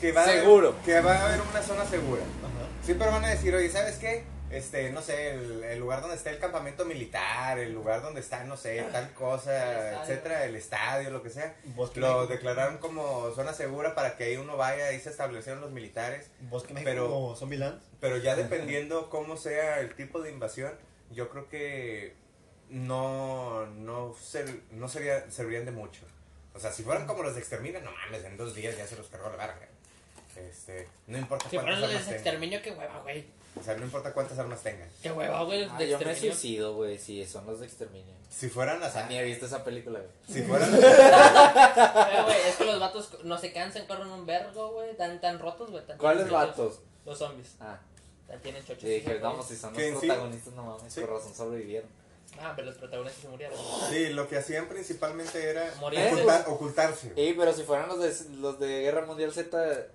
Speaker 4: que va, a haber-
Speaker 1: Seguro.
Speaker 4: que va a haber una zona segura.
Speaker 3: Ajá.
Speaker 4: Siempre van a decir, oye, ¿sabes qué? Este, no sé, el, el lugar donde está el campamento militar, el lugar donde está, no sé, tal
Speaker 2: El
Speaker 4: cosa,
Speaker 2: estadio.
Speaker 4: etcétera, el estadio, lo que sea.
Speaker 3: Bosque
Speaker 4: Lo
Speaker 3: México.
Speaker 4: declararon como zona segura para que ahí uno vaya, ahí se establecieron los militares.
Speaker 3: Bosque
Speaker 4: Pero-
Speaker 3: México como Zombieland.
Speaker 4: Pero ya dependiendo cómo sea el tipo de invasión, yo creo que no, no, ser- no sería, servirían de mucho. O sea, si fueran como los de exterminio, no mames, en dos días ya se los cargó la verga. Este, no importa
Speaker 2: Si
Speaker 4: cuántas
Speaker 2: fueron los
Speaker 4: armas
Speaker 2: de
Speaker 4: tengan.
Speaker 2: exterminio, qué hueva, güey.
Speaker 4: O sea, no importa cuántas armas tengan.
Speaker 2: Qué hueva, güey, los
Speaker 1: Ah,
Speaker 2: de
Speaker 1: yo me
Speaker 2: exterminio.
Speaker 1: suicido, güey, si son los de exterminio.
Speaker 4: Si fueran
Speaker 2: Ah,
Speaker 1: O sea,
Speaker 4: las...
Speaker 1: ni he visto esa película, güey.
Speaker 4: Si fueran...
Speaker 2: Eh, güey, es que los vatos no se cansan, corren un vergo, güey, tan, tan rotos, güey. tan-
Speaker 1: ¿Cuáles
Speaker 2: tan-
Speaker 1: vatos?
Speaker 2: Los zombies,
Speaker 1: Ah,
Speaker 2: ya tienen chochos.
Speaker 1: yo dije,
Speaker 2: güey.
Speaker 1: vamos, si son
Speaker 4: Que
Speaker 1: los
Speaker 4: en sí-
Speaker 1: protagonistas, no mames,
Speaker 4: Sí.
Speaker 1: por razón sobrevivieron.
Speaker 2: Ah, pero los protagonistas se murieron.
Speaker 4: Sí, lo que hacían principalmente era
Speaker 2: Morirse.
Speaker 4: ocultar- ocultarse.
Speaker 2: Eh,
Speaker 1: Ey, pero si fueran los de, los de Guerra Mundial Z,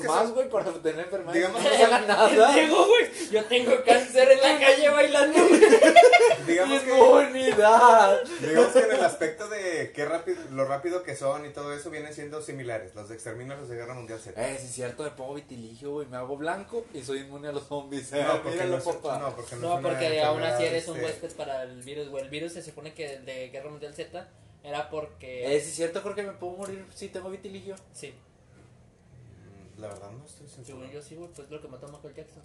Speaker 1: digamos
Speaker 4: que
Speaker 1: más,
Speaker 4: son-
Speaker 1: güey, para obtener enfermedades.
Speaker 4: Digamos
Speaker 1: no
Speaker 4: que
Speaker 1: hagan nada.
Speaker 2: Pendejo, güey. Yo tengo cáncer en la calle bailando.
Speaker 4: Digamos que...
Speaker 1: ¡Inmunidad!
Speaker 4: Digamos que en el aspecto de qué rápido, lo rápido que son y todo eso vienen siendo similares. Los de exterminio, los de guerra mundial Z.
Speaker 1: Eh, si es cierto, me pongo vitiligio, güey, me hago blanco y soy inmune a los zombies.
Speaker 4: No, porque
Speaker 1: Míralo,
Speaker 4: no, es-
Speaker 1: papá.
Speaker 4: no, porque no, es
Speaker 2: No,
Speaker 4: una
Speaker 2: porque aún así
Speaker 4: enfermedad,
Speaker 2: eres un
Speaker 4: este,
Speaker 2: huésped para el virus, güey. El virus se supone que de Guerra Mundial Z era porque.
Speaker 1: Eh, si es cierto, creo que me puedo morir si tengo vitiligio.
Speaker 2: Sí,
Speaker 4: mm, La verdad no estoy seguro.
Speaker 2: según yo sí, güey. Pues lo que mató a Michael Jackson.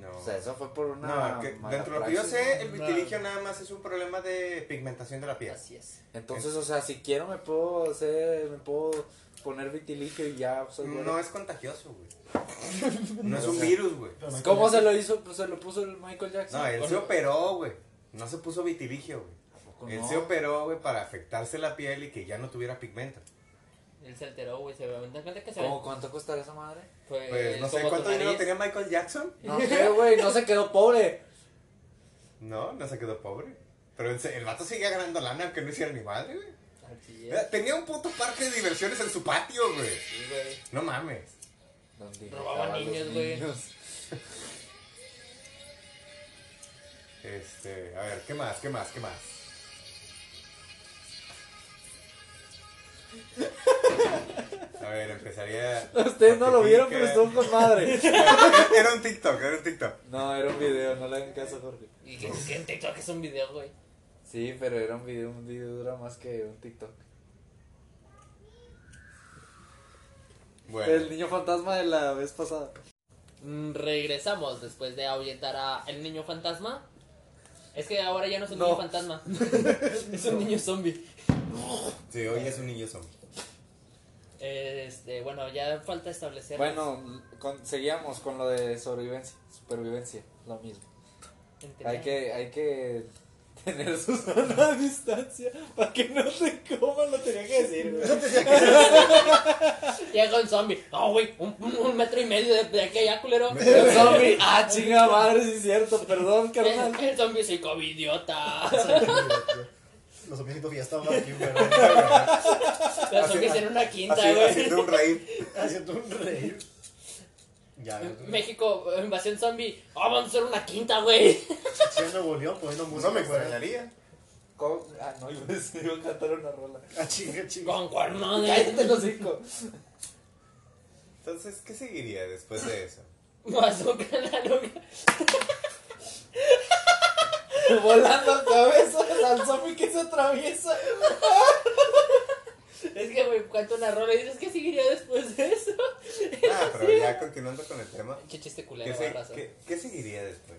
Speaker 4: No.
Speaker 1: O sea, eso fue por una.
Speaker 4: no, que
Speaker 1: mala
Speaker 4: dentro de lo que yo
Speaker 1: praxis,
Speaker 4: sé,
Speaker 1: ¿no?
Speaker 4: el vitiligio nada más es un problema de pigmentación de la piel.
Speaker 2: Así es.
Speaker 1: Entonces, o sea, si quiero, me puedo hacer. Me puedo poner vitiligio y ya soy
Speaker 4: No
Speaker 1: bueno.
Speaker 4: es contagioso, güey. No es
Speaker 1: O
Speaker 4: un
Speaker 1: sea,
Speaker 4: virus, güey.
Speaker 3: Pero me
Speaker 1: ¿Cómo
Speaker 3: acuerdo-
Speaker 1: se lo hizo? Pues se lo puso el Michael Jackson.
Speaker 4: No, él se operó, güey. No se puso vitiligio, güey.
Speaker 1: ¿A poco
Speaker 4: Él
Speaker 1: no?
Speaker 4: se operó, güey, para afectarse la piel y que ya no tuviera pigmento.
Speaker 2: Él se alteró, güey. Se me da cuenta que se
Speaker 1: ¿Cómo, ¿Cuánto costará esa madre?
Speaker 2: Pues,
Speaker 4: Pues no sé,
Speaker 2: como tu
Speaker 4: ¿cuánto dinero
Speaker 2: nariz.
Speaker 4: tenía Michael Jackson?
Speaker 1: No sé, güey, no se quedó pobre.
Speaker 4: No, no se quedó pobre. Pero el, el vato seguía ganando lana aunque no hiciera ni madre, güey.
Speaker 2: Así es.
Speaker 4: Tenía un puto parque de diversiones en su patio, güey.
Speaker 2: Sí, güey.
Speaker 4: No mames.
Speaker 1: ¿Dónde
Speaker 2: Robaban
Speaker 1: estaban los
Speaker 2: niños, güey.
Speaker 1: niños?
Speaker 4: Este, a ver, ¿qué más? ¿Qué más? ¿Qué más? A ver, empezaría.
Speaker 1: Ustedes no lo vieron, pero
Speaker 4: Platica.
Speaker 1: estuvo con madre.
Speaker 4: Era un TikTok, era un TikTok.
Speaker 1: No, era un video, no le hagan caso, Jorge.
Speaker 2: Y que, que en TikTok es un video, güey.
Speaker 1: Sí, pero era un video, un video dura más que un TikTok. El
Speaker 4: Bueno,
Speaker 1: niño fantasma de la vez pasada.
Speaker 2: Mm, Regresamos después de ahuyentar a el niño fantasma. Es que ahora ya no es un
Speaker 1: No.
Speaker 2: niño fantasma. es un niño zombie.
Speaker 4: sí, hoy es un niño zombie.
Speaker 2: Este, bueno, ya falta establecer.
Speaker 1: Bueno, con- seguíamos con lo de sobrevivencia, supervivencia, lo mismo.
Speaker 2: Entender.
Speaker 1: Hay que, hay que tener su zona de distancia para que no se coman, lo tenía que decir, güey.
Speaker 2: Llega un zombie. No, güey, un, un- un metro y medio de, de aquí a allá, culero.
Speaker 1: El zombie, ah, chinga madre, sí es cierto, perdón,
Speaker 2: El,
Speaker 1: carnal.
Speaker 2: el zombie psicovidiota.
Speaker 3: Los zombies haciendo fiesta, güey, aquí, güey.
Speaker 2: Los zombies en una quinta,
Speaker 4: Así,
Speaker 2: güey.
Speaker 4: haciendo un rey.
Speaker 3: Haciendo un reír. Ya, güey.
Speaker 2: México, invasión zombie. Ah, vamos a hacer una quinta, güey.
Speaker 3: Si en Nuevo León poniendo música.
Speaker 4: Pues No me
Speaker 3: güey.
Speaker 4: extrañaría.
Speaker 1: ¿Cómo? Ah, no, iba a decir, iba a cantar una rola.
Speaker 3: Ah, chinga, chinga.
Speaker 2: Con cuerno de.
Speaker 1: Cállate los hocico.
Speaker 4: Entonces, ¿qué seguiría después de eso?
Speaker 2: Bazooka en la nuca.
Speaker 1: Volando cabezas al zombie que se atraviesa.
Speaker 2: Es que, güey, cuánto una rola y dices que seguiría después de eso.
Speaker 4: Ah, pero ya continuando con el tema.
Speaker 2: Qué chiste
Speaker 4: ¿Qué,
Speaker 2: culero,
Speaker 4: se-
Speaker 2: raza.
Speaker 4: qué- qué seguiría después?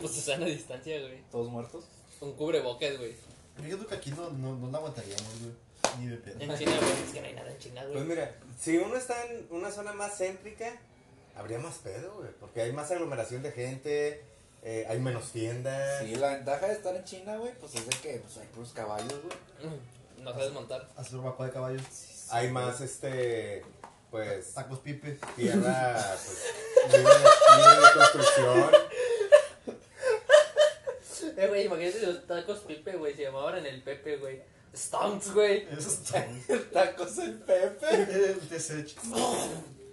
Speaker 2: Pues a sana distancia, güey.
Speaker 1: Todos muertos.
Speaker 2: Un cubrebocas, güey.
Speaker 3: Fíjate que aquí no, no, no la aguantaríamos, güey. Ni de pedo.
Speaker 2: En China, güey. Es que no hay nada en China,
Speaker 4: Pues
Speaker 2: güey.
Speaker 4: mira, si uno está en una zona más céntrica, habría más pedo, güey. Porque hay más aglomeración de gente, eh, hay menos tiendas.
Speaker 1: Sí, la ventaja de estar en China, güey, pues es de que pues, hay puros caballos, güey.
Speaker 2: No sabes montar.
Speaker 3: Hacer barbacoa de caballo.
Speaker 4: Hay más, este, pues,
Speaker 2: Ah.
Speaker 3: Tacos pipe.
Speaker 4: tierra pues, libre, de- libre de construcción.
Speaker 2: Eh, güey, imagínate los tacos Pipe, güey. Se llamaban en el Pepe, güey. Stunts, güey.
Speaker 3: Eso está.
Speaker 1: Tacos el Pepe.
Speaker 3: El TSH.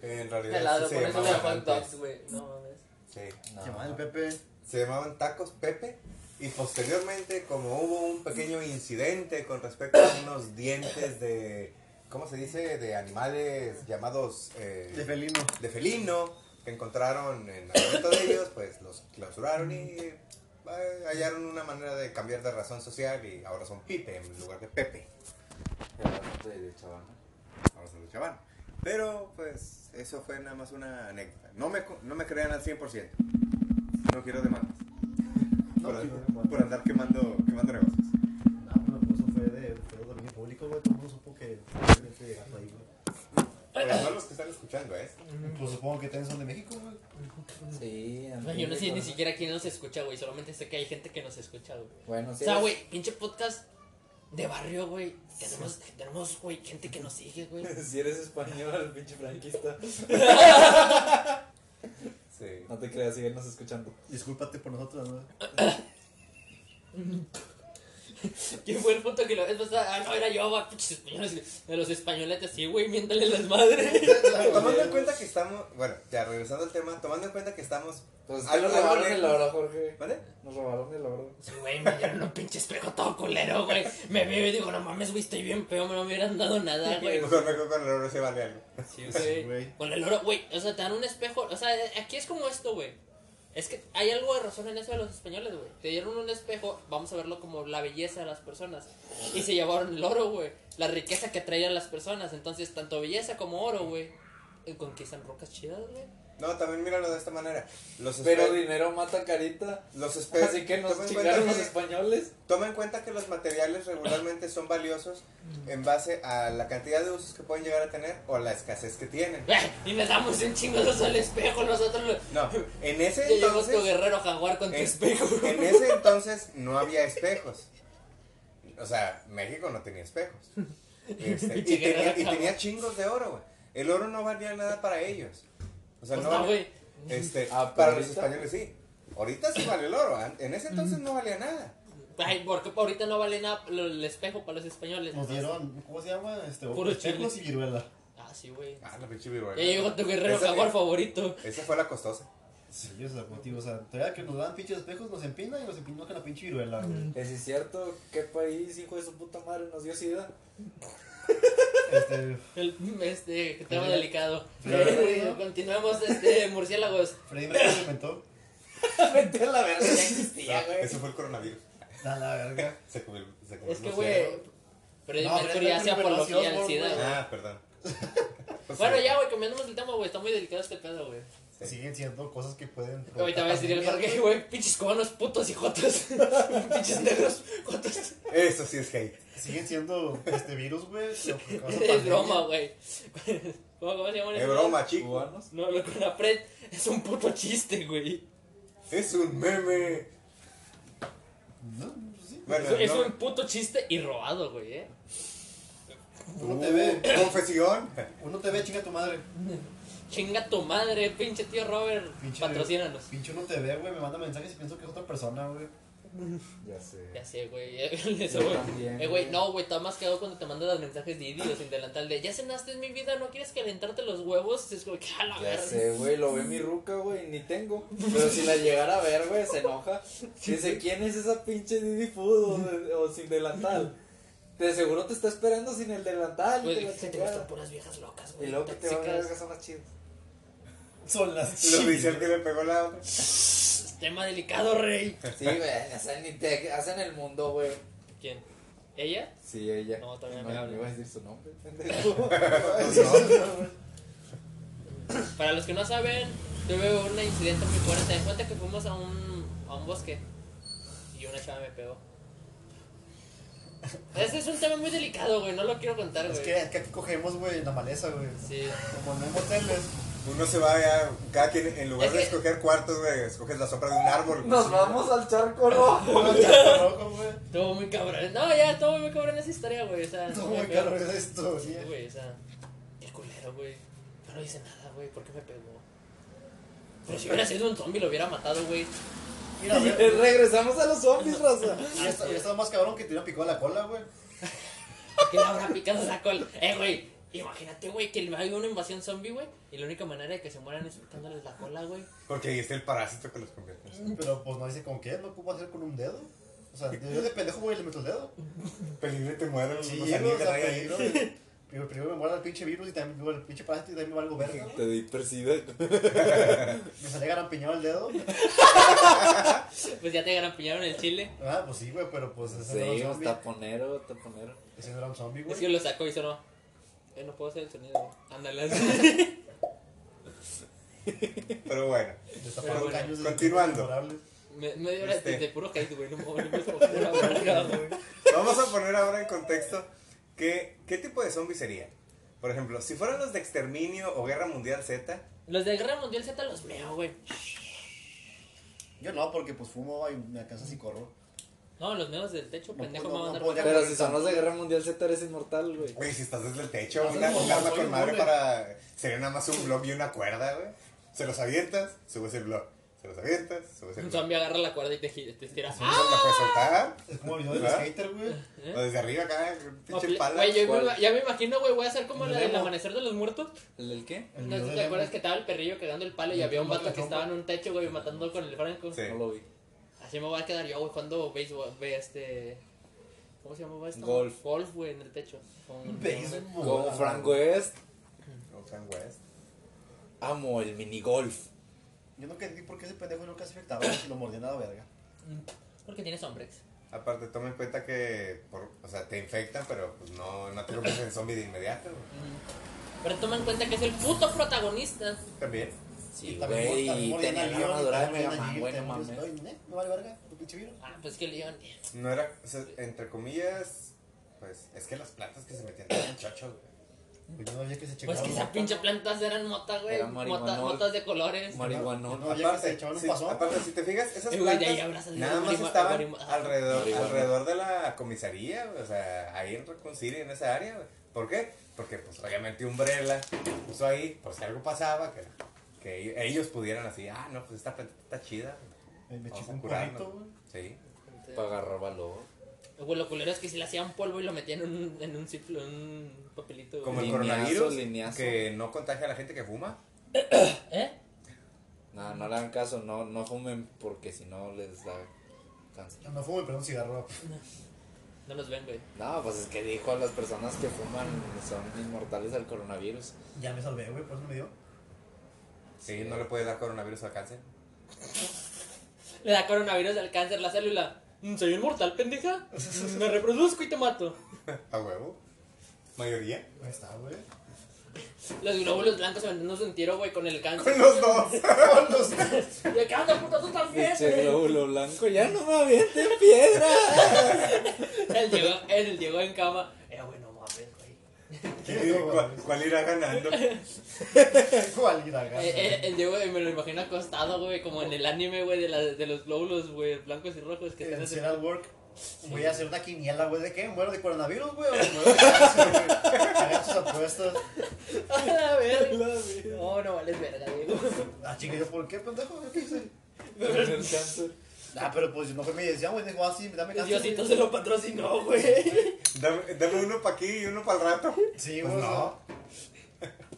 Speaker 4: En realidad,
Speaker 2: Helado,
Speaker 4: sí
Speaker 2: por
Speaker 4: se
Speaker 2: eso le
Speaker 4: llamaban
Speaker 2: llaman
Speaker 4: antes.
Speaker 2: dogs, güey. No mames.
Speaker 4: Sí.
Speaker 3: Se llama el Pepe.
Speaker 4: Se llamaban tacos Pepe. Y posteriormente, como hubo un pequeño incidente con respecto a unos dientes de, ¿cómo se dice? De animales llamados... eh,
Speaker 3: De felino.
Speaker 4: de felino que encontraron en alimento de ellos, pues los clausuraron y eh, hallaron una manera de cambiar de razón social y ahora son Pipe en lugar de Pepe.
Speaker 1: de, de Chavana.
Speaker 4: Ahora son los chavanos. Pero pues eso fue nada más una anécdota. No me, co- no me crean al 100%. No quiero demandas.
Speaker 3: No,
Speaker 4: Por,
Speaker 3: no,
Speaker 4: an-
Speaker 3: no, no.
Speaker 4: por andar quemando, quemando negocios.
Speaker 3: No, pero pues eso fue de, fue de dominio público, güey. Todo el mundo supo que realmente llegando ahí, güey.
Speaker 4: Pero no los que están escuchando, ¿eh?
Speaker 3: Pues supongo que también son de México, güey.
Speaker 1: Sí, en
Speaker 2: Güey, Yo no sé ni
Speaker 1: México.
Speaker 2: siquiera quién nos escucha, güey. Solamente sé que hay gente que nos escucha, güey.
Speaker 1: Bueno,
Speaker 2: O
Speaker 1: sí.
Speaker 2: sea,
Speaker 1: es-
Speaker 2: güey, pinche podcast de barrio, güey. Tenemos, tenemos, güey, gente que nos sigue, güey.
Speaker 1: Si eres español, pinche franquista.
Speaker 4: Sí.
Speaker 1: No te creas, síguenos escuchando.
Speaker 3: Discúlpate por nosotros, güey.
Speaker 2: ¿Quién fue el punto que lo ves pasada? Ah, no, era yo, güey. Pinches españoles. De los españoletes, sí, güey, miéntale las madres.
Speaker 4: Tomando en cuenta que estamos, bueno, ya regresando al tema, tomando en cuenta que estamos...
Speaker 1: Entonces,
Speaker 4: algo-
Speaker 1: Pues, nos
Speaker 4: algo
Speaker 1: robaron el
Speaker 4: lejos.
Speaker 1: oro, Jorge.
Speaker 4: ¿Vale?
Speaker 1: Nos robaron el oro.
Speaker 2: Sí, güey, me dieron un pinche espejo todo culero, güey. Me vi y digo, no mames, güey, estoy bien feo, me no me hubieran dado nada, güey.
Speaker 4: Mejor, mejor con el oro se vale algo.
Speaker 2: Sí,
Speaker 3: Sí,
Speaker 2: güey.
Speaker 3: güey.
Speaker 2: Con el oro, güey. O sea, te dan un espejo. O sea, aquí es como esto, güey. Es que hay algo de razón en eso de los españoles, güey. Te dieron un espejo, vamos a verlo como la belleza de las personas. Y se llevaron el oro, güey. La riqueza que traían las personas. Entonces, tanto belleza como oro, güey. eh, Conquistan rocas chidas, güey.
Speaker 4: No, también míralo de esta manera. Los
Speaker 1: Pero
Speaker 4: espe-
Speaker 1: dinero mata carita.
Speaker 4: los espe-
Speaker 1: Así que
Speaker 4: toma
Speaker 1: nos
Speaker 4: en
Speaker 1: chingaron
Speaker 4: cuenta
Speaker 1: los
Speaker 4: que-
Speaker 1: españoles.
Speaker 4: Toma en cuenta que los materiales regularmente son valiosos en base a la cantidad de usos que pueden llegar a tener o la escasez que tienen.
Speaker 2: Güey, Y le damos un chingazo al espejo nosotros. lo-
Speaker 4: No, en
Speaker 2: Ya
Speaker 4: ese
Speaker 2: llegó tu
Speaker 4: entonces, eh,
Speaker 2: guerrero jaguar con tu
Speaker 4: en-
Speaker 2: espejo.
Speaker 4: en ese entonces no había espejos. O sea, México no tenía espejos. Este, y,
Speaker 2: Pinche guerrero
Speaker 4: tenía, y
Speaker 2: jaguar.
Speaker 4: tenía chingos de oro, güey. El oro no valía nada para ellos. O sea,
Speaker 2: Pues
Speaker 4: no
Speaker 2: no,
Speaker 4: valía-
Speaker 2: güey.
Speaker 4: Este,
Speaker 1: Ah, pero
Speaker 4: para los
Speaker 1: ahorita-
Speaker 4: españoles sí. Ahorita sí vale el oro. an- En ese entonces no valía nada.
Speaker 2: Ay, porque ahorita no vale nada lo- el espejo para los españoles.
Speaker 3: Nos dieron, ¿cómo se llama? Este,
Speaker 2: Puro
Speaker 3: espejos y viruela.
Speaker 2: Ah, sí, güey.
Speaker 4: Ah, la pinche viruela.
Speaker 2: Ya llegó tu guerrero
Speaker 4: Esa-
Speaker 2: jaguar favorito.
Speaker 4: Esa fue la costosa.
Speaker 3: Sí, yo se la motivo. O sea, todavía que nos dan pinches espejos, nos empinan y nos empinan con la pinche viruela, güey.
Speaker 1: Es Eh, sí, cierto, qué país, hijo de su puta madre, nos dio sida.
Speaker 3: Este,
Speaker 2: El, este, tema delicado. Eh,
Speaker 3: Pero-
Speaker 2: Continuamos, este, murciélagos.
Speaker 3: Freddy Mercury inventó.
Speaker 1: Vete a la verga, ya existía,
Speaker 4: Eso
Speaker 1: güey.
Speaker 4: fue el coronavirus.
Speaker 3: Da la verga.
Speaker 4: Se comió, el- se comió
Speaker 2: Es
Speaker 4: el
Speaker 2: que,
Speaker 4: murciélago.
Speaker 2: güey, Freddy
Speaker 3: No,
Speaker 2: Mercury
Speaker 3: Freddie
Speaker 2: hace
Speaker 3: Mercury
Speaker 2: apología al
Speaker 3: nació,
Speaker 2: SIDA.
Speaker 3: güey.
Speaker 2: güey.
Speaker 4: Ah, perdón. Pues
Speaker 2: Bueno,
Speaker 4: sí.
Speaker 2: ya, güey, cambiamos el tema, güey. Está muy delicado este pedo, güey.
Speaker 4: Sí.
Speaker 3: Siguen siendo cosas que pueden.
Speaker 2: Hoy te voy a decir el
Speaker 3: provocar
Speaker 2: parque, güey. Pinches cubanos putos y jotos. Pinches negros jotos.
Speaker 4: Eso sí es hate.
Speaker 3: Siguen siendo este virus, güey. lo que causa
Speaker 2: Es
Speaker 3: pandemia.
Speaker 2: broma, güey. ¿Cómo, cómo se llama
Speaker 4: Es broma, chico.
Speaker 1: Cubanos.
Speaker 2: No, lo con la Fred es un puto chiste, güey.
Speaker 4: Es un meme.
Speaker 3: No, pues sí.
Speaker 4: Bueno,
Speaker 2: Es, es
Speaker 4: no.
Speaker 2: un puto chiste y robado, güey, eh.
Speaker 3: Uno te ve.
Speaker 4: Uh, Confesión.
Speaker 3: Uno te ve, chinga tu madre.
Speaker 2: Chinga tu madre, pinche tío Robert.
Speaker 3: Pinche-
Speaker 2: Patrocínanos.
Speaker 3: Pinche uno te ve, güey. Me manda mensajes y pienso que es otra persona, güey.
Speaker 1: Ya sé.
Speaker 2: Ya sé, güey. Eso,
Speaker 1: Yo
Speaker 2: güey.
Speaker 1: también,
Speaker 2: Eh, güey,
Speaker 1: güey.
Speaker 2: no, güey, está más quedado cuando te mandan los mensajes de idios sin delantal de ya cenaste en mi vida, no quieres calentarte los huevos. Es como que a la
Speaker 1: Ya
Speaker 2: verga.
Speaker 1: sé, güey, lo ve mi ruca, güey, ni tengo. Pero si la llegara a ver, güey, se enoja. Dice, ¿quién es esa pinche Didi Food o, de- o sin delantal? De seguro te está esperando sin el delantal. y
Speaker 2: Güey,
Speaker 1: te la
Speaker 2: es que te
Speaker 1: chingada.
Speaker 2: gustan puras viejas locas,
Speaker 1: y
Speaker 2: güey.
Speaker 1: luego que te van a
Speaker 2: tóxicas.
Speaker 1: ver que son las chidas.
Speaker 3: Son las
Speaker 4: Lo dice el que le pegó la otra.
Speaker 2: Tema delicado, rey.
Speaker 1: Sí, güey, hacen, ni te- hacen el mundo, güey.
Speaker 2: ¿Quién? ¿Ella?
Speaker 1: Sí, ella.
Speaker 2: No, también me
Speaker 1: le
Speaker 2: habla.
Speaker 1: iba a decir su nombre, pendejo.
Speaker 2: Para los que no saben, tuve un incidente muy fuerte. De cuenta que fuimos a un, a un bosque y una chava me pegó. Ese es un tema muy delicado, güey. No lo quiero contar, güey.
Speaker 3: Es que, es que aquí cogemos, güey, en la maleza, güey.
Speaker 2: Sí.
Speaker 3: Como no hay moteles.
Speaker 4: Uno se va a. Cada quien, en lugar
Speaker 2: Es
Speaker 4: de
Speaker 2: que-
Speaker 4: escoger cuartos, güey, escoges la sombra de un árbol. güey.
Speaker 1: Nos vamos al charco rojo.
Speaker 3: Como el charco rojo, güey.
Speaker 2: Todo muy cabrón. No, ya, todo muy cabrón esa historia, güey. O sea,
Speaker 3: Todo
Speaker 2: me
Speaker 3: muy
Speaker 2: pegó.
Speaker 3: caro es esto,
Speaker 2: Sí,
Speaker 3: güey.
Speaker 2: güey, o sea, qué culero, güey. Yo no hice nada, güey. ¿Por qué me pegó? Pero si hubiera sido un zombie lo hubiera matado, güey.
Speaker 3: Mira,
Speaker 1: Y
Speaker 3: güey.
Speaker 1: regresamos a los zombies, raza.
Speaker 3: Y ya está- ya estaba más cabrón que te hubiera picado la cola, güey.
Speaker 2: ¿Por qué le habrá picado la cola? Eh, güey. Imagínate, güey, que hay una invasión zombie, güey. Y la única manera de que se mueran es picándoles la cola, güey.
Speaker 4: Porque ahí está el parásito que los convierte.
Speaker 3: Pero pues no dice con qué, no puedo hacer con un dedo. O sea, yo de pendejo, güey, le meto el dedo.
Speaker 4: Peligro te muero.
Speaker 3: Sí,
Speaker 4: no
Speaker 3: güey,
Speaker 4: sabía
Speaker 3: o
Speaker 4: que
Speaker 3: sea,
Speaker 4: nadie ahí.
Speaker 3: peligro, güey. Primero, primero me muero el pinche virus y también digo, el pinche parásito y también me valgo verga. güey.
Speaker 1: Te di persida.
Speaker 3: Me sale garampiñado el dedo.
Speaker 2: Pues ya te garampiñaron el chile.
Speaker 3: Ah, pues sí, güey, pero pues ese no era un
Speaker 1: Sí,
Speaker 3: zombie.
Speaker 1: taponero, taponero.
Speaker 3: Ese no era un zombie,
Speaker 2: Es
Speaker 3: güey.
Speaker 2: que lo sacó y sonó. Eh, no puedo hacer el sonido, güey. Ándale. así.
Speaker 4: Pero bueno.
Speaker 3: Destapando
Speaker 2: Pero bueno,
Speaker 3: caños de-
Speaker 4: continuando.
Speaker 3: memorables.
Speaker 2: Me, media hora
Speaker 4: Este.
Speaker 2: de, de puro hate, güey. No me no me pura verga, güey.
Speaker 4: Vamos a poner ahora en contexto que, qué tipo de zombies serían. Por ejemplo, si fueran los de Exterminio o Guerra Mundial Z,
Speaker 2: Los de Guerra Mundial Z los meo, güey.
Speaker 3: Yo no, porque pues fumo y me alcanza si corro.
Speaker 2: No, los meos del techo,
Speaker 3: No,
Speaker 2: pendejo,
Speaker 3: no,
Speaker 2: me van a
Speaker 3: no
Speaker 2: dar
Speaker 3: puedo
Speaker 2: cuenta.
Speaker 1: Pero si son los de Guerra Mundial Z eres inmortal, güey.
Speaker 4: güey, si estás desde el techo,
Speaker 3: No,
Speaker 4: una,
Speaker 3: no,
Speaker 4: un
Speaker 3: no,
Speaker 4: arma
Speaker 3: no,
Speaker 4: con
Speaker 3: no,
Speaker 4: madre
Speaker 3: no,
Speaker 4: para. Sería nada más un blog y una cuerda, güey. Se los avientas, subes el blog. Se los avientas, subes el
Speaker 2: Un
Speaker 4: blog.
Speaker 2: zombie agarra la cuerda y te, gira- te estira.
Speaker 4: Sí, La puedes soltar.
Speaker 3: Es como el video del
Speaker 4: ¿Verdad?
Speaker 3: skater, güey.
Speaker 2: ¿Eh?
Speaker 4: O desde arriba acá,
Speaker 2: No,
Speaker 4: pinche pala.
Speaker 2: Güey, yo me
Speaker 1: ¿Cuál?
Speaker 2: ima- ya me imagino, güey, voy a hacer como
Speaker 3: El
Speaker 2: la del
Speaker 3: Nemo.
Speaker 2: amanecer de los muertos.
Speaker 1: ¿El del qué?
Speaker 3: El
Speaker 2: No sé si
Speaker 3: video del
Speaker 2: te
Speaker 3: Nemo.
Speaker 2: acuerdas que estaba el perrillo cagando el palo y
Speaker 3: El
Speaker 2: había un
Speaker 3: Nemo
Speaker 2: vato
Speaker 3: que
Speaker 2: que
Speaker 3: trompa.
Speaker 2: estaba en un techo, güey, matando con el franco.
Speaker 4: Sí.
Speaker 1: No lo vi.
Speaker 2: Así me voy a quedar yo, güey, cuando béisbol, ve este... ¿Cómo se llamaba esto?
Speaker 1: Golf.
Speaker 2: Golf, güey, en el techo. Con-
Speaker 3: Béisbol.
Speaker 1: Como Frank
Speaker 3: eh.
Speaker 1: West,
Speaker 4: O sea, güey.
Speaker 1: amo el minigolf.
Speaker 3: Yo no entendí por qué ese pendejo nunca se afectaba si lo mordían a la verga.
Speaker 2: Porque tienes hombres.
Speaker 4: Aparte, toma en cuenta que, por, o sea, te infectan, pero pues, no, no te conviertes en zombie de inmediato. güey.
Speaker 2: Pero toma en cuenta que es el puto protagonista.
Speaker 4: También.
Speaker 1: Sí,
Speaker 3: también mor-
Speaker 1: güey,
Speaker 3: también
Speaker 1: y
Speaker 3: mordían
Speaker 1: tenía
Speaker 3: a
Speaker 1: la
Speaker 3: Leon,
Speaker 1: armadura de
Speaker 3: también
Speaker 1: Mega Man,
Speaker 3: a Jill,
Speaker 1: güey, no
Speaker 3: también a
Speaker 1: mames.
Speaker 3: Leon, ¿eh? ¿Me vale verga? ¿Tu pinche virus?
Speaker 2: Ah, pues que León.
Speaker 4: No era, o sea, entre comillas, pues es que las plantas que se metían eran chochos, güey.
Speaker 3: Pues yo no había que se
Speaker 2: Pues que
Speaker 3: checaban un
Speaker 2: esas
Speaker 3: montón.
Speaker 2: pinches plantas eran motas, güey.
Speaker 1: Era
Speaker 2: Motas,
Speaker 1: marihuanol.
Speaker 2: motas de colores.
Speaker 3: Yo
Speaker 1: Marihuanón.
Speaker 3: No, había que se echaban un
Speaker 4: sí,
Speaker 3: pasón.
Speaker 4: aparte, si te fijas, esas
Speaker 2: Eh, güey, de ahí habrá
Speaker 4: plantas
Speaker 2: salido
Speaker 4: nada más
Speaker 2: marima-
Speaker 4: estaban
Speaker 2: marima-
Speaker 4: alrededor,
Speaker 1: Marihuana.
Speaker 4: alrededor de la comisaría, güey, o sea, ahí en Raccoon City, en esa área, güey. ¿Por qué? Porque, pues, obviamente, Umbrella puso ahí, por si algo pasaba, que, que ellos pudieran así, ah, no, pues esta planta está chida,
Speaker 3: Me- Me
Speaker 4: vamos
Speaker 3: chingó
Speaker 4: a
Speaker 3: un
Speaker 4: curarnos.
Speaker 3: cuadrito, güey.
Speaker 4: Sí.
Speaker 1: Para agarrar valor.
Speaker 2: Güey, lo culero es que si le hacían polvo y lo metían en un, en un ciclo, en un papelito. güey.
Speaker 4: Como el
Speaker 1: Lineazo,
Speaker 4: coronavirus,
Speaker 1: lineazo.
Speaker 4: que no contagia a la gente que fuma.
Speaker 2: ¿Eh?
Speaker 1: No, no le hagan caso, no, no fumen porque si no les da cáncer.
Speaker 3: No fumo, pero un cigarro.
Speaker 2: No nos ven, güey.
Speaker 1: No, pues es que dijo a las personas que fuman son inmortales al coronavirus.
Speaker 3: Ya me salvé, güey, por eso me dio.
Speaker 4: Sí, no le puede dar coronavirus al cáncer.
Speaker 2: Le da coronavirus al cáncer la célula. Mm, Soy inmortal, pendeja. Mm, Me reproduzco y te mato.
Speaker 4: A huevo. Mayoría.
Speaker 3: Ahí está, güey.
Speaker 2: Los glóbulos blancos se vendieron un tiro, güey, con el
Speaker 4: Con
Speaker 2: cáncer.
Speaker 4: los dos.
Speaker 2: ¿De qué onda, puto? Tú también,
Speaker 1: Pinche
Speaker 2: güey.
Speaker 1: glóbulo blanco, ya no me avienten piedra.
Speaker 2: El Diego, el Diego en cama. Eh, güey, no mames, güey.
Speaker 4: ¿Cuál, cuál irá ganando?
Speaker 3: ¿Cuál irá,
Speaker 2: Eh, eh, el Diego eh, me lo imagino acostado, güey, como en el anime, güey, de, la- de los glóbulos, güey, blancos y rojos que están
Speaker 3: En
Speaker 2: así.
Speaker 3: General Work. Voy a hacer una quiniela, güey, ¿de qué? ¿Muero de coronavirus, güey? ¿O me muero de cáncer, güey? Hagan sus apuestas.
Speaker 2: A la verga. No, no vales verga, Diego.
Speaker 3: Ah, chinga, ¿yo por qué, pendejo? ¿Yo ¿Qué hice?
Speaker 1: Tener cáncer.
Speaker 3: Ah, pero pues no fue mi decisión, güey. Dijo, ah, sí, dame
Speaker 1: Pues
Speaker 3: cáncer.
Speaker 2: Diosito
Speaker 3: güey.
Speaker 2: se lo patrocinó, güey.
Speaker 4: Dame, dame uno para aquí y uno para el rato.
Speaker 3: Sí,
Speaker 4: Pues
Speaker 3: güey.
Speaker 4: no.
Speaker 3: No.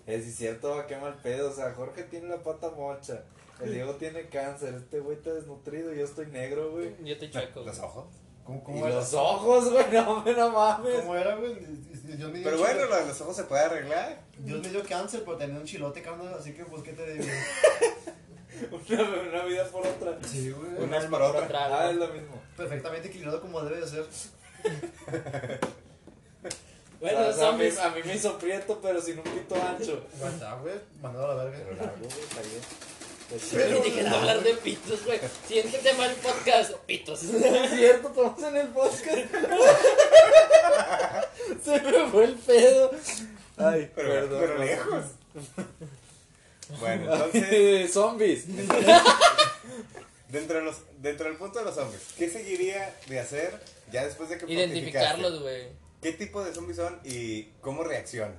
Speaker 1: Es Eh, sí, cierto, va, qué mal pedo. O sea, Jorge tiene la pata mocha. El Diego tiene cáncer. Este güey está desnutrido. Yo estoy negro, güey.
Speaker 2: Yo te chueco.
Speaker 4: Los
Speaker 2: güey.
Speaker 4: ojos.
Speaker 3: pues ¿Cómo,
Speaker 1: Y
Speaker 3: cómo era?
Speaker 1: los ojos, güey, no, me no mames.
Speaker 3: ¿Cómo era, güey? Dios me dio
Speaker 4: Pues, Pero
Speaker 3: un
Speaker 4: bueno,
Speaker 3: chilo-
Speaker 4: lo de los ojos se puede arreglar.
Speaker 3: Dios me dio cáncer, pero tenía un chilote, carnal, así que pues, ¿qué te digo?
Speaker 1: Una, una vida por otra.
Speaker 3: Sí, güey.
Speaker 4: Una es para otra.
Speaker 2: Otra,
Speaker 1: Ah, es
Speaker 2: güey.
Speaker 1: lo mismo.
Speaker 3: Perfectamente equilibrado como debe de ser.
Speaker 2: Bueno,
Speaker 1: O sea, a, mí,
Speaker 2: zombies.
Speaker 1: a mí me hizo prieto, pero sin un pito ancho.
Speaker 3: Ahí está, güey. Mandado a la verga.
Speaker 1: Pero largo, Ah, güey, está bien. Pues
Speaker 2: Sí,
Speaker 3: Pero-
Speaker 2: Dejé de hablar de pitos, güey. Siguiente tema del podcast, pitos.
Speaker 1: Es cierto, estamos en el podcast.
Speaker 2: Se me fue el pedo.
Speaker 1: Ay,
Speaker 4: Pero,
Speaker 1: perdón.
Speaker 4: pero lejos. Bueno, entonces,
Speaker 1: Zombies.
Speaker 4: dentro, de los, dentro del punto de los zombies, ¿qué seguiría de hacer ya después de que
Speaker 2: Identificarlos,
Speaker 4: identificarlos
Speaker 2: güey.
Speaker 4: ¿Qué tipo de zombies son y cómo reaccionan?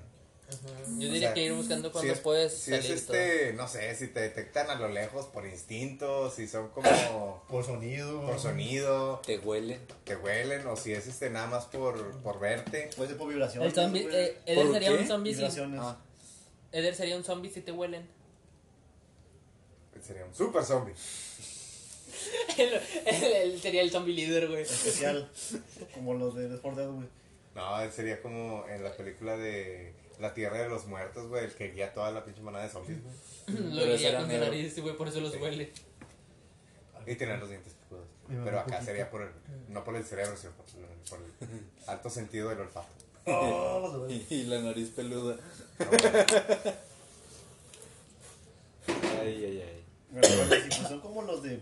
Speaker 2: Yo
Speaker 4: O
Speaker 2: diría
Speaker 4: sea,
Speaker 2: que ir buscando
Speaker 4: si
Speaker 2: cuando
Speaker 4: es,
Speaker 2: puedes
Speaker 4: si es
Speaker 2: salir.
Speaker 4: este, no sé, si te detectan a lo lejos por instinto, si son como
Speaker 3: Por sonido.
Speaker 4: por sonido,
Speaker 1: Te huele.
Speaker 4: te huelen, o si es este nada más por, por verte.
Speaker 3: Puede ser Pues, por
Speaker 2: todo.
Speaker 3: vibración.
Speaker 2: El zombie,
Speaker 3: güey.
Speaker 2: eh, Eder
Speaker 1: ¿Por
Speaker 2: sería
Speaker 1: qué?
Speaker 2: un zombie si,
Speaker 3: Vibraciones.
Speaker 1: Ah.
Speaker 2: Eder sería un zombie si te huelen.
Speaker 4: Sería un super zombie.
Speaker 2: Él, él- él sería el zombie líder, güey.
Speaker 3: Especial. como los de Left 4 Dead, güey.
Speaker 4: No, sería como en la película de La Tierra de los Muertos, güey, el que guía toda la pinche manada de zombies, güey.
Speaker 2: Lo
Speaker 1: Pero
Speaker 2: iría
Speaker 1: será
Speaker 2: con su
Speaker 1: negro.
Speaker 2: nariz, güey, por eso los
Speaker 4: Sí.
Speaker 2: huele.
Speaker 4: Y tener los dientes picudos.
Speaker 3: Me mamó
Speaker 4: Pero acá
Speaker 3: poquito.
Speaker 4: sería por el, no por el cerebro, sino por, por el alto sentido del olfato.
Speaker 3: Oh, los de
Speaker 1: Y, y la nariz peluda. Ay, ay, ay.
Speaker 3: Bueno, bueno, sí, pues son como los de.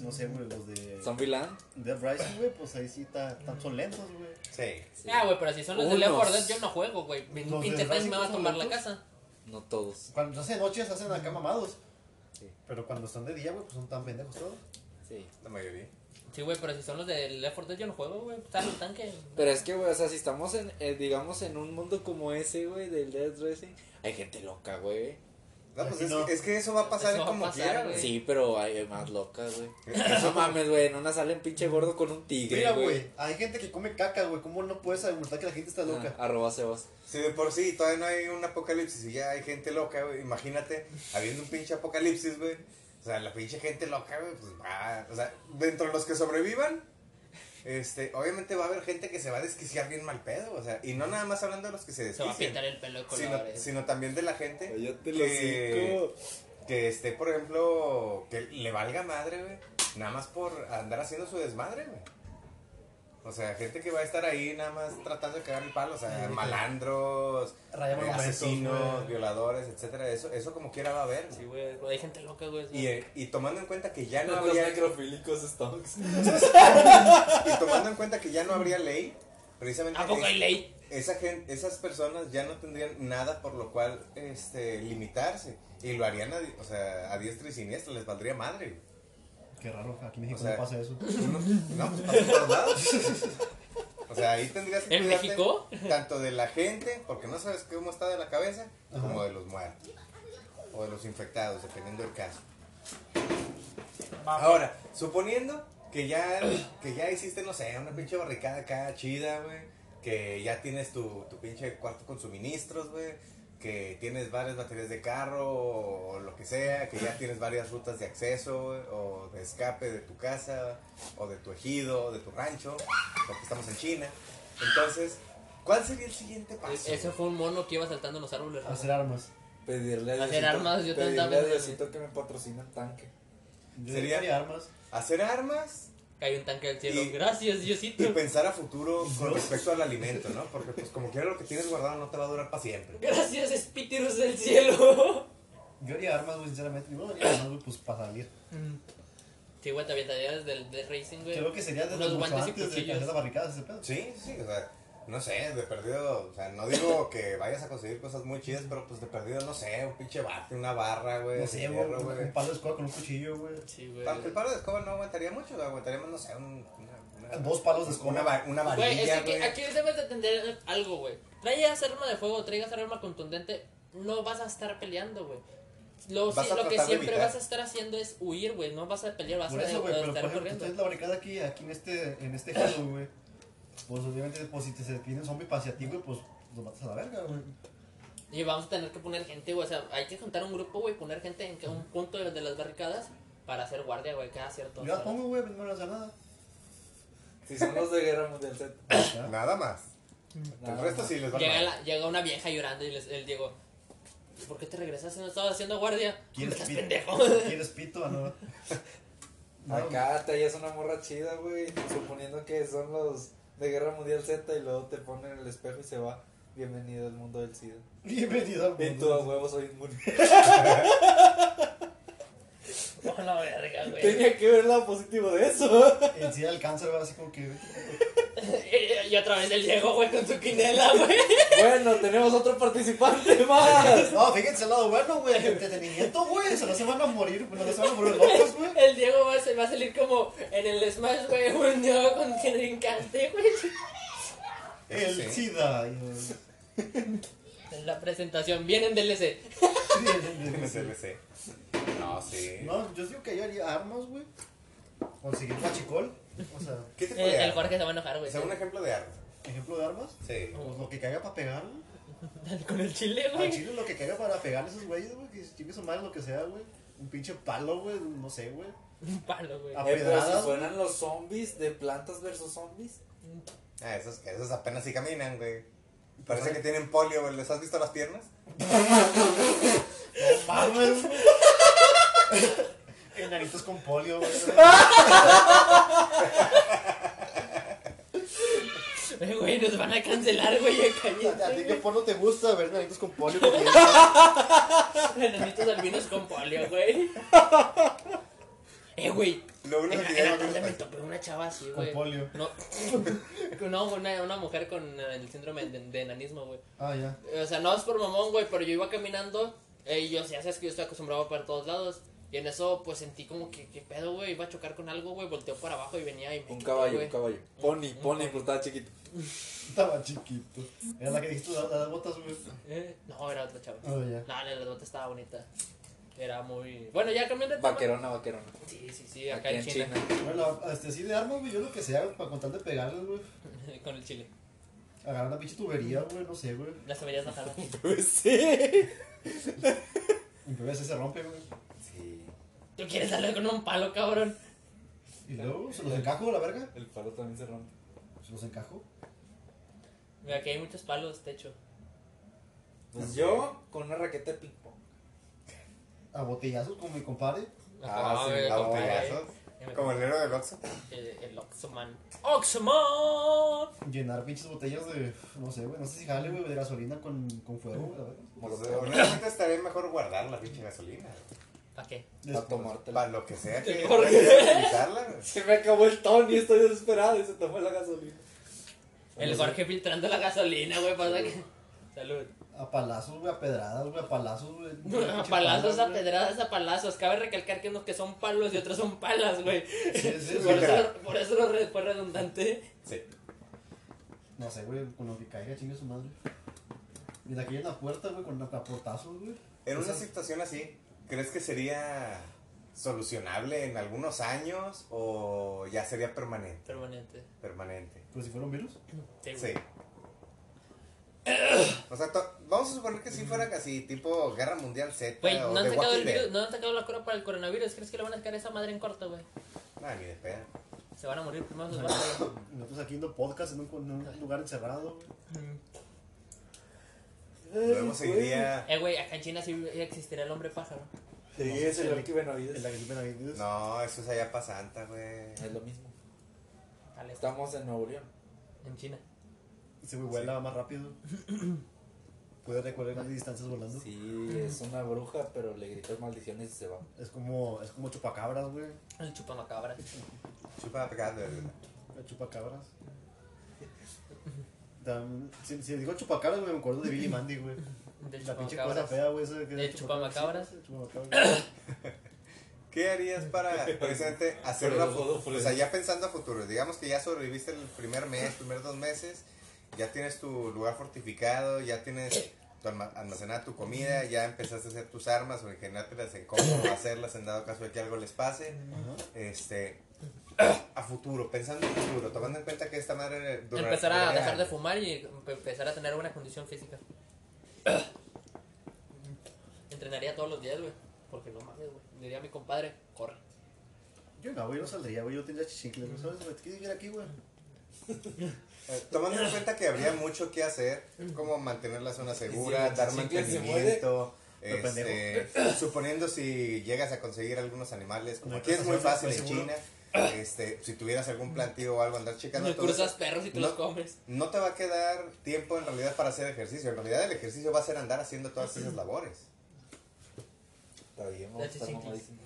Speaker 3: No sé, güey, los de.
Speaker 1: Zombieland.
Speaker 3: Dead Rising, güey, pues ahí sí ta- tan son lentos, güey.
Speaker 4: Sí.
Speaker 2: Ah, güey, pero si son los de Left
Speaker 1: Unos.
Speaker 2: 4 Dead, yo no juego, güey.
Speaker 3: Los
Speaker 2: Ningún
Speaker 3: de
Speaker 2: pinche time
Speaker 3: Rising
Speaker 2: me va a
Speaker 3: son
Speaker 2: tomar la
Speaker 3: lentos.
Speaker 2: casa.
Speaker 1: No todos.
Speaker 3: Cuando se hace noche se hacen acá mamados.
Speaker 1: Sí.
Speaker 3: Pero cuando están de día, güey, pues son tan pendejos todos.
Speaker 1: Sí.
Speaker 4: La mayoría.
Speaker 2: Sí, güey, pero si son los de Left 4 Dead, yo no juego, güey. Está el tanque.
Speaker 1: Pero es que, güey, o sea, si estamos en, eh, digamos, en un mundo como ese, güey, del Death Racing, hay gente loca, güey.
Speaker 4: No, pues
Speaker 3: Así
Speaker 4: es,
Speaker 3: no.
Speaker 4: es que eso va a pasar
Speaker 2: Eso va a
Speaker 4: como
Speaker 2: pasar,
Speaker 4: quiera,
Speaker 2: güey.
Speaker 4: güey.
Speaker 1: Sí, pero hay más loca, güey. No mames, güey, en una sale un pinche gordo con un tigre,
Speaker 3: Mira, güey, hay gente que come caca, güey. ¿Cómo no puedes argumentar que la gente está
Speaker 1: Ah,
Speaker 3: loca?
Speaker 1: arroba Sebas.
Speaker 4: Si de por sí todavía no hay un apocalipsis y ya hay gente loca, güey. Imagínate, habiendo un pinche apocalipsis, güey. O sea, la pinche gente loca, güey, pues va. O sea, dentro de los que sobrevivan, este, obviamente va a haber gente que se va a desquiciar bien mal pedo. O sea, y no nada más hablando de los que se
Speaker 2: Se va a pintar
Speaker 4: desquician,
Speaker 2: el eh. pelo de
Speaker 4: sino,
Speaker 2: colores.
Speaker 4: sino también de la gente
Speaker 1: Cállate el
Speaker 4: que,
Speaker 1: hocico.
Speaker 4: que esté, por ejemplo, que le valga madre, güey. Nada más por andar haciendo su desmadre, güey. O sea, gente que va a estar ahí nada más tratando de cagar el palo, o sea,
Speaker 3: Sí.
Speaker 4: malandros,
Speaker 3: Raya
Speaker 4: eh,
Speaker 3: monumentos,
Speaker 4: asesinos,
Speaker 3: güey.
Speaker 4: violadores, etcétera, eso, eso como quiera va a haber.
Speaker 2: Sí,
Speaker 4: güey.
Speaker 2: güey, hay gente loca, güey.
Speaker 4: y, eh, y tomando en cuenta que ya no
Speaker 1: Los
Speaker 4: habría
Speaker 1: necrofílicos stonks.
Speaker 4: y tomando en cuenta que ya no habría ley, precisamente
Speaker 2: ¿A poco
Speaker 4: es-
Speaker 2: hay Ah, ley?
Speaker 4: esa gen- esas personas ya no tendrían nada por lo cual este limitarse y lo harían a, di- o sea, a diestra y siniestra, les valdría madre. güey.
Speaker 3: Qué raro, aquí en México
Speaker 4: O sea,
Speaker 3: no pasa eso.
Speaker 4: No, pues pasa en todos lados. O sea, ahí tendrías que
Speaker 2: ¿En
Speaker 4: cuidarte
Speaker 2: México?
Speaker 4: tanto de la gente, porque no sabes cómo está de la cabeza,
Speaker 3: Ajá.
Speaker 4: como de los muertos. O de los infectados, dependiendo del caso. Ahora, suponiendo que ya, que ya hiciste, no sé, una pinche barricada acá chida, güey. Que ya tienes tu, tu pinche cuarto con suministros, güey. Que tienes varias baterías de carro o lo que sea. Que ya tienes varias rutas de acceso güey, o de escape de tu casa o de tu ejido, o de tu rancho. Porque estamos en China. Entonces, ¿cuál sería el siguiente paso?
Speaker 2: E-, Ese fue un mono que iba saltando en los árboles.
Speaker 4: Ah,
Speaker 2: ¿no?
Speaker 3: Hacer armas.
Speaker 1: Pedirle a
Speaker 2: Hacer
Speaker 1: Diosito-
Speaker 2: armas, yo
Speaker 1: pedirle
Speaker 2: también.
Speaker 1: a Diosito que me patrocine un tanque.
Speaker 3: Yo
Speaker 4: Sería-
Speaker 3: diría armas.
Speaker 4: Hacer armas
Speaker 2: Cayó un tanque al cielo.
Speaker 4: Y-
Speaker 2: Gracias,
Speaker 4: Y
Speaker 2: Diosito.
Speaker 4: pensar a futuro con respecto al alimento, ¿no? Porque pues como quiera lo que tienes guardado no te va a durar para siempre.
Speaker 2: Gracias, espíritus del cielo.
Speaker 3: Yo haría armas, güey, sinceramente. Yo haría armas, güey, pues para salir.
Speaker 2: Sí, güey, te aventarías del de Racing, güey.
Speaker 3: Creo que sería desde
Speaker 2: Unos
Speaker 3: mucho
Speaker 2: guantes y
Speaker 3: antes de que
Speaker 2: cuchillos.
Speaker 3: hacer las barricadas, ese pedo.
Speaker 4: Sí, sí, o sea, no sé, de perdido, o sea, no digo que vayas a conseguir cosas muy chidas, pero pues de perdido, no sé, un pinche bate, una barra, güey,
Speaker 3: No
Speaker 4: de
Speaker 3: sé, güey,
Speaker 4: hierro,
Speaker 3: un-
Speaker 4: güey.
Speaker 3: un palo de escoba con un cuchillo, güey.
Speaker 2: Sí, güey.
Speaker 4: Aunque el palo de escoba no aguantaría mucho, aguantaríamos, no sé, un- una, una-
Speaker 3: Dos palos de escoba.
Speaker 4: Una, va- una
Speaker 2: Güey, es que
Speaker 4: varilla,
Speaker 2: aquí,
Speaker 4: güey.
Speaker 2: aquí debes de entender algo, güey. Traigas arma de fuego, traigas arma contundente, no vas a estar peleando, güey. Lo,
Speaker 4: Vas
Speaker 2: sí-
Speaker 4: a
Speaker 2: lo que
Speaker 4: tratar de
Speaker 2: siempre
Speaker 4: evitar.
Speaker 2: vas a estar haciendo es huir, güey. No vas a pelear, vas
Speaker 3: Por
Speaker 2: a
Speaker 3: eso, güey,
Speaker 2: a
Speaker 3: pero por
Speaker 2: estar
Speaker 3: ejemplo, tú
Speaker 2: corriendo.
Speaker 3: tienes la barricada aquí, aquí en este, en este juego, güey. Pues obviamente, pues si te se viene un zombie pa' hacia ti, güey, pues lo matas a la verga, güey.
Speaker 2: Y vamos a tener que poner gente, güey. O sea, hay que juntar un grupo, güey, poner gente en ca- un punto de, de las barricadas para hacer guardia, güey, cada cierto.
Speaker 3: Yo las
Speaker 2: rato.
Speaker 3: pongo, güey, pero no las da nada.
Speaker 1: Si son los de Guerra Mundial Z.
Speaker 4: Nada más.
Speaker 1: Nada
Speaker 4: el resto
Speaker 1: más.
Speaker 4: sí les va
Speaker 2: Llega,
Speaker 4: mal.
Speaker 2: la- llega una vieja llorando y les- él Diego, ¿por qué te regresaste? No estaba haciendo guardia.
Speaker 3: ¿Quieres
Speaker 2: Estás
Speaker 3: pito?
Speaker 2: pendejo.
Speaker 3: ¿Quieres pito o no?
Speaker 1: Acá te hallas una morra chida, güey. Suponiendo que son los de Guerra Mundial Z y luego te ponen el espejo y se va. Bienvenido al mundo del SIDA.
Speaker 3: Bienvenido al
Speaker 1: Y tú a
Speaker 3: mundo.
Speaker 1: huevo soy inmune.
Speaker 2: A la verga, güey.
Speaker 1: Tenía que ver lado positivo de eso.
Speaker 3: En sí, el cáncer va así como que.
Speaker 2: Y otra vez el Diego, güey, con su quinela, güey.
Speaker 1: Bueno, tenemos otro participante más.
Speaker 3: No, fíjense el lado bueno, güey. El entretenimiento, güey. Se no se van a morir, no se van a morir locos, güey.
Speaker 2: El Diego va a, se- va a salir como en el Smash, güey, un Diego con quien brincante, güey.
Speaker 3: El
Speaker 4: Eso sí.
Speaker 3: SIDA. y el- sí,
Speaker 2: En la presentación, vienen DLC.
Speaker 3: el- el- el-
Speaker 4: Tienes LC. No, sí.
Speaker 3: No, yo digo que yo haría armas, güey. Conseguir pachicol. O sea,
Speaker 4: ¿Qué tipo
Speaker 2: El,
Speaker 4: de
Speaker 2: Eh, el
Speaker 4: arma?
Speaker 2: Jorge se va a enojar, güey.
Speaker 4: O sea, un ejemplo de arma.
Speaker 3: ejemplo de armas.
Speaker 4: Sí.
Speaker 3: Pues lo que caiga para pegar, güey.
Speaker 2: Con el chile,
Speaker 3: Al
Speaker 2: güey.
Speaker 3: Ah, chile lo que caiga para pegar a esos güeyes, güey. Que se chingue su madre lo que sea, güey. Un pinche palo, güey. No sé, güey.
Speaker 2: Un palo, güey.
Speaker 3: A
Speaker 1: Eh, pero si
Speaker 3: pedradas,
Speaker 1: fueran los zombies de plantas versus zombies.
Speaker 4: Ah, esos, esos apenas sí caminan, güey. Parece que tienen polio, güey. ¿Les has visto las piernas?
Speaker 3: No mames, güey. Enanitos con polio, güey.
Speaker 2: Eh, Güey, nos van a cancelar, güey,
Speaker 3: ¿A ti qué
Speaker 2: cállate.
Speaker 3: porno te gusta ver enanitos con polio? güey?
Speaker 2: güey. Enanitos albinos con polio, güey. Eh, güey.
Speaker 4: Lo
Speaker 2: En,
Speaker 4: único que
Speaker 2: en la
Speaker 4: tienen
Speaker 2: tarde me
Speaker 4: es
Speaker 2: topé una chava así,
Speaker 3: Con
Speaker 2: güey.
Speaker 3: polio.
Speaker 2: No, no una, una mujer con eh, el síndrome de, de enanismo, güey.
Speaker 3: Ah, ya.
Speaker 2: O sea, no es por mamón, güey, pero yo iba caminando eh, y yo, ya sabes que yo estoy acostumbrado para todos lados. Y en eso, pues sentí como que, ¿qué pedo, güey? Iba a chocar con algo, güey. Volteó para abajo y venía y me.
Speaker 1: Un
Speaker 2: quitó,
Speaker 1: caballo,
Speaker 2: güey.
Speaker 1: un caballo. Pony,
Speaker 2: Un
Speaker 1: pony,
Speaker 2: pony.
Speaker 1: pero estaba chiquito.
Speaker 3: Estaba chiquito. Era la que dijiste la- las botas, güey.
Speaker 2: Eh, No, era otra chava.
Speaker 3: Ah, ya.
Speaker 2: No, la bota estaba bonita. Era muy. Bueno, ya cambiando de tema.
Speaker 1: Vaquerona, vaquerona.
Speaker 2: Sí, sí, sí, acá en China.
Speaker 3: Bueno, este, así de armas, güey. Yo lo que sea, güey, para contar de pegarles, güey.
Speaker 2: con el chile.
Speaker 3: Agarrar una pinche tubería, güey. No sé, güey.
Speaker 2: Las deberías bajar.
Speaker 1: Pues sí.
Speaker 3: Mi bebé pues, se rompe, güey.
Speaker 4: Sí.
Speaker 2: Tú quieres darle con un palo, cabrón.
Speaker 3: Y luego se los encajo a la verga.
Speaker 1: El palo también se rompe.
Speaker 3: Se los encajo.
Speaker 2: Mira, aquí hay muchos palos, techo.
Speaker 1: Pues yo con una raqueta de ping pong.
Speaker 3: A botellazos con mi compadre.
Speaker 4: Ah, sí,
Speaker 2: güey,
Speaker 4: a
Speaker 2: compadre.
Speaker 4: botellazos.
Speaker 2: Ya me-
Speaker 4: Como el héroe del Oxxo.
Speaker 2: Eh, el Oxoman. ¡Oxoman!
Speaker 3: Llenar pinches botellas de. No sé, güey. No sé si jale, güey, de gasolina con, con fuego, güey. la verga.
Speaker 4: Pues, honestamente, estaría mejor guardar la pinche gasolina.
Speaker 2: ¿Para qué?
Speaker 1: Para
Speaker 3: Después.
Speaker 1: tomártela.
Speaker 4: Para lo que sea que
Speaker 2: ¿Por qué?
Speaker 4: vayas a utilizarla, güey.
Speaker 1: Se me acabó el Tony, estoy desesperado y se tomó la gasolina.
Speaker 2: El Jorge filtrando la gasolina, güey, pasa que. Salud.
Speaker 3: A palazos, güey, a pedradas, güey, a palazos, güey.
Speaker 2: A palazos, a
Speaker 3: Pinche
Speaker 2: pedradas, a palazos. Cabe recalcar que unos que son palos y otros son palas, güey.
Speaker 3: Sí, sí,
Speaker 2: por,
Speaker 3: sí.
Speaker 2: eso, por eso lo re- fue redundante.
Speaker 4: Sí.
Speaker 3: No sé, güey, con lo que caiga, chingue su madre. Y de aquí en la puerta, güey, con portazos, güey.
Speaker 4: En una
Speaker 3: Esas-
Speaker 4: situación así, ¿crees que sería solucionable en algunos años o ya sería permanente?
Speaker 2: Permanente.
Speaker 4: Permanente.
Speaker 3: Pues si fuera un virus.
Speaker 2: Sí, güey.
Speaker 4: Sí. O sea, to- vamos a suponer que si fuera casi tipo Guerra Mundial Z
Speaker 2: Güey,
Speaker 4: o
Speaker 2: no han
Speaker 4: The
Speaker 2: sacado
Speaker 4: Walking
Speaker 2: el
Speaker 4: Dead.
Speaker 2: virus, no han sacado la cura para el coronavirus. ¿Crees que le van a sacar esa madre en corto, güey?
Speaker 4: No, ni de pedo.
Speaker 2: Se van a morir primero los vatos.
Speaker 3: Y Nosotros aquí haciendo podcast en un, en un lugar encerrado, güey.
Speaker 4: Luego seguiría...
Speaker 2: Eh, güey, acá en China sí existirá el hombre pájaro.
Speaker 1: Sí, es el Ricky Benavides.
Speaker 3: En la que siempre la vida.
Speaker 4: No, eso es allá para Santa, güey.
Speaker 1: Es lo mismo.
Speaker 2: Dale,
Speaker 1: Estamos en Nuevo León.
Speaker 2: en China.
Speaker 3: Ese güey vuela más rápido. Puede recorrer grandes distancias volando.
Speaker 1: Sí, es una bruja, pero le gritas maldiciones y se va.
Speaker 3: Es como, es como chupacabras, güey.
Speaker 2: El chupamacabra.
Speaker 4: Chupa pegando. el-
Speaker 3: La chupacabras. Tam- si, si digo chupacabras, güey, me acuerdo de Billy Mandy, güey.
Speaker 2: Del
Speaker 3: La pinche cosa
Speaker 2: chupamacabra.
Speaker 3: fea, güey. esa que
Speaker 2: ¿De
Speaker 3: era
Speaker 2: chupamacabras?
Speaker 3: sí, chupamacabras.
Speaker 4: ¿Qué harías para precisamente hacerlo? a
Speaker 1: Por el ojo, por
Speaker 4: fu-
Speaker 1: el-
Speaker 4: O sea, ya pensando a futuro. Digamos que ya sobreviviste el primer mes, primeros dos meses. Ya tienes tu lugar fortificado, ya tienes tu alma- almacenada tu comida, ya empezaste a hacer tus armas, o ingeniártelas en cómo hacerlas en dado caso de que algo les pase.
Speaker 3: Ajá.
Speaker 4: Este, a futuro, pensando en futuro, tomando en cuenta que esta madre durará-
Speaker 2: Empezar a
Speaker 4: duraría
Speaker 2: dejar de
Speaker 4: años.
Speaker 2: fumar y empezar a tener buena condición física. Entrenaría todos los días, güey. Porque no mames, güey. Diría a mi compadre, corre.
Speaker 3: Yo no, güey, no saldría, güey. Yo tendría chichicle, güey. ¿Sabes, güey? ¿Qué diría aquí, güey?
Speaker 4: Eh, Tomando en cuenta que habría mucho que hacer, como mantener la zona segura,
Speaker 1: si
Speaker 4: dar
Speaker 1: el chicle se
Speaker 4: mantenimiento,
Speaker 3: muere, lo
Speaker 4: este, suponiendo si llegas a conseguir algunos animales, como
Speaker 3: Una
Speaker 4: aquí es
Speaker 3: casa
Speaker 4: muy
Speaker 3: segura,
Speaker 4: fácil en
Speaker 3: seguro.
Speaker 4: China, este, si tuvieras algún plantío o algo, andar checando
Speaker 2: No
Speaker 4: todo eso,
Speaker 2: cruzas perros y te
Speaker 4: No.
Speaker 2: los comes.
Speaker 4: no te va a quedar tiempo en realidad para hacer ejercicio, en realidad el ejercicio va a ser andar haciendo todas esas labores.
Speaker 1: Está bien,
Speaker 2: That's
Speaker 1: vamos a estar
Speaker 2: simple.
Speaker 1: mamadísimo.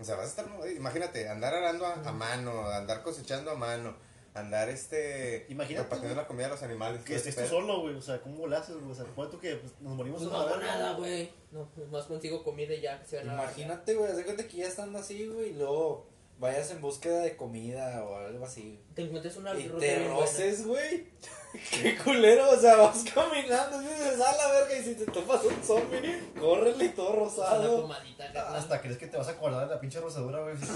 Speaker 4: O sea, vas a estar, ¿no? imagínate, andar arando a, a mano, andar cosechando a mano, andar este,
Speaker 3: Imagínate,
Speaker 4: repartiendo la comida a los animales.
Speaker 3: Que
Speaker 4: todo ese
Speaker 3: estés tú
Speaker 4: pedo.
Speaker 3: solo, güey. O sea, ¿cómo lo haces, güey? O sea, pon tú que pues, nos morimos
Speaker 2: Pues no
Speaker 3: una
Speaker 2: hago
Speaker 3: vez,
Speaker 2: nada, güey. No, más consigo comida y ya que se van a la-
Speaker 1: Imagínate, güey, haz de cuenta que ya estando así, güey, y luego vayas en búsqueda de comida o algo así.
Speaker 2: Te encuentras una
Speaker 1: Y
Speaker 2: ruta
Speaker 1: te
Speaker 2: bien buena.
Speaker 1: roces, güey. Qué culero, o sea, vas caminando y dices, a la verga, y si te topas un zombie, córrele y todo
Speaker 2: Una
Speaker 1: rosado.
Speaker 2: pomadita,
Speaker 1: Ah,
Speaker 2: carnal.
Speaker 3: Hasta crees que te vas a acordar de la pinche rosadura, güey. si te-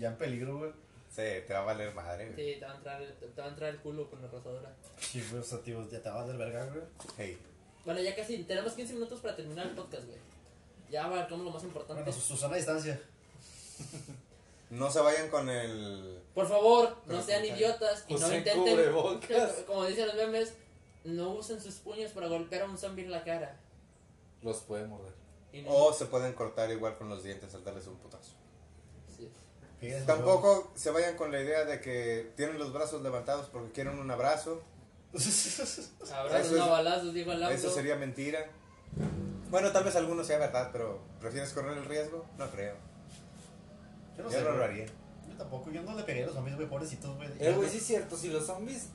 Speaker 3: Ya en peligro, güey.
Speaker 4: Sí, te va a valer madre. güey.
Speaker 2: Sí, te va, a entrar, te va a entrar el culo con la rosadora.
Speaker 3: Sí, güey, o sea, tío, ya te vas del verga, güey.
Speaker 4: Hey.
Speaker 2: Bueno, ya casi tenemos 15 minutos para terminar el podcast, güey. Ya abarcamos lo más importante.
Speaker 3: Bueno, su- Susana a distancia.
Speaker 4: No se vayan con el.
Speaker 2: Por favor, no
Speaker 4: Pero
Speaker 2: sean
Speaker 4: con-
Speaker 2: idiotas y no
Speaker 1: Usen
Speaker 2: intenten.
Speaker 1: cubrebocas.
Speaker 2: Como dicen los memes, no usen sus puños para golpear a un zombie en la cara.
Speaker 1: Los puede morder.
Speaker 2: Y no-
Speaker 4: O se pueden cortar igual con los dientes al darles un putazo.
Speaker 2: Sí.
Speaker 3: Fíjate,
Speaker 4: Tampoco se vayan con la idea de que tienen los brazos levantados porque quieren un abrazo.
Speaker 3: güey.
Speaker 2: Habrá
Speaker 4: Eso
Speaker 2: unos
Speaker 4: es-
Speaker 2: balazos, dijo el
Speaker 4: Eso
Speaker 2: auto.
Speaker 4: sería mentira. Bueno, tal vez alguno sea verdad, pero ¿prefieres correr el riesgo? No creo.
Speaker 3: Yo no
Speaker 4: Yo
Speaker 3: sé,
Speaker 4: no lo
Speaker 3: güey.
Speaker 4: haría.
Speaker 3: Yo tampoco, yo no le pegué a los zombies, güey, pobrecitos, güey.
Speaker 1: Eh, güey, sí es cierto, si los zombies,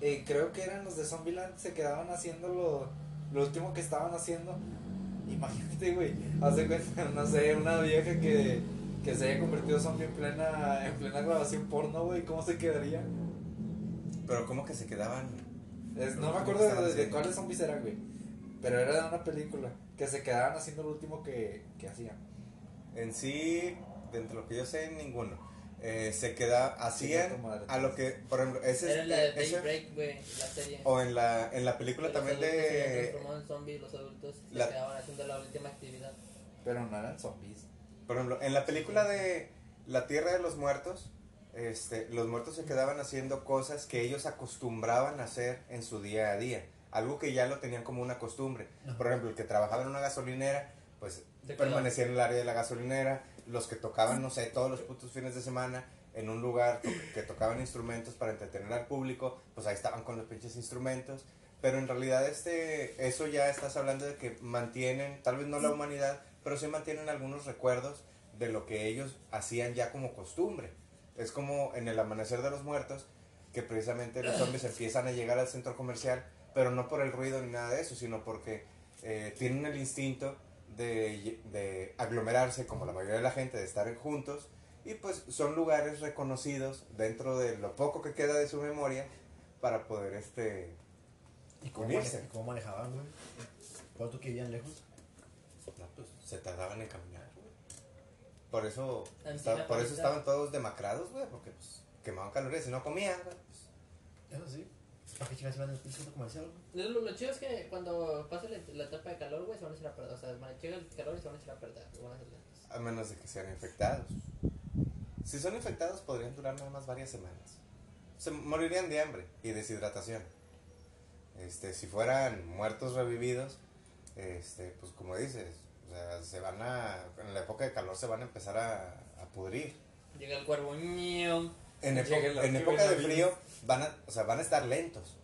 Speaker 1: eh, creo que eran los de Zombieland, se quedaban haciendo lo, lo último que estaban haciendo. Imagínate, güey, hace cuenta, no sé, una vieja que, que se haya convertido zombie en plena, en plena grabación porno, güey, ¿cómo se quedaría?
Speaker 4: Pero ¿cómo que se quedaban
Speaker 1: Es- no me
Speaker 4: Pero ¿cómo
Speaker 1: acuerdo
Speaker 4: estaban
Speaker 1: de, de
Speaker 4: haciendo?
Speaker 1: cuáles zombies eran, güey. Pero era de una película que se quedaban haciendo lo último que, que hacían.
Speaker 4: En sí, dentro de lo que yo sé, ninguno. Eh, se queda,
Speaker 1: Sí,
Speaker 4: hacían
Speaker 1: tu madre.
Speaker 4: a lo que, por ejemplo, ese,
Speaker 2: Era la de
Speaker 4: ese-
Speaker 2: Daybreak, güey, la serie.
Speaker 4: o en la, en la película
Speaker 2: Los
Speaker 4: también
Speaker 2: adultos se habían
Speaker 4: de,
Speaker 2: transformado en zombies, los adultos se
Speaker 4: La-
Speaker 2: quedaban haciendo la última actividad.
Speaker 1: Pero no eran zombies.
Speaker 4: por ejemplo, en la película de La Tierra de los Muertos, este, los muertos se quedaban haciendo cosas que ellos acostumbraban a hacer en su día a día, algo que ya lo tenían como una costumbre. Por ejemplo, el que trabajaba en una gasolinera, pues
Speaker 2: Se
Speaker 4: permanecían en el área de la gasolinera, los que tocaban, no sé, todos los putos fines de semana en un lugar to- que tocaban instrumentos para entretener al público, pues ahí estaban con los pinches instrumentos, pero en realidad este eso ya estás hablando de que mantienen, tal vez no la humanidad, pero sí mantienen algunos recuerdos de lo que ellos hacían ya como costumbre. Es como en el amanecer de los muertos, que precisamente los zombies empiezan a llegar al centro comercial, pero no por el ruido ni nada de eso, sino porque eh, tienen el instinto de, lle- de aglomerarse, como la mayoría de la gente, de estar juntos, y pues son lugares reconocidos dentro de lo poco que queda de su memoria para poder este...
Speaker 3: ¿Y cómo,
Speaker 4: Unirse.
Speaker 3: mane- y cómo manejaban, güey? ¿Cuánto que vivían lejos?
Speaker 4: no, pues, se tardaban en caminar, güey. Por eso,
Speaker 2: Encima
Speaker 4: esta- por eso
Speaker 2: conectado.
Speaker 4: estaban todos demacrados, güey, porque pues, quemaban calorías y no comían, güey. pues.
Speaker 3: Eso sí. ¿Para qué chingas iban al pinche centro comercial, güey?
Speaker 2: Lo, lo chido es que cuando pase la, la etapa de calor, güey, se van a echar a perder. O sea, van a- llega el calor y se van a echar a perder. Lo van a hacer lentos.
Speaker 4: A menos de que sean infectados. Si son infectados podrían durar nada más varias semanas. Se morirían de hambre y deshidratación. Este, si fueran muertos revividos, este, pues como dices, o sea, se van a, en la época de calor se van a empezar a, a pudrir.
Speaker 2: Llega el cuervo. ñeo.
Speaker 4: En, epo-
Speaker 1: Lleguen los
Speaker 4: en época de
Speaker 1: primeros.
Speaker 4: frío van a, o sea, van a estar lentos.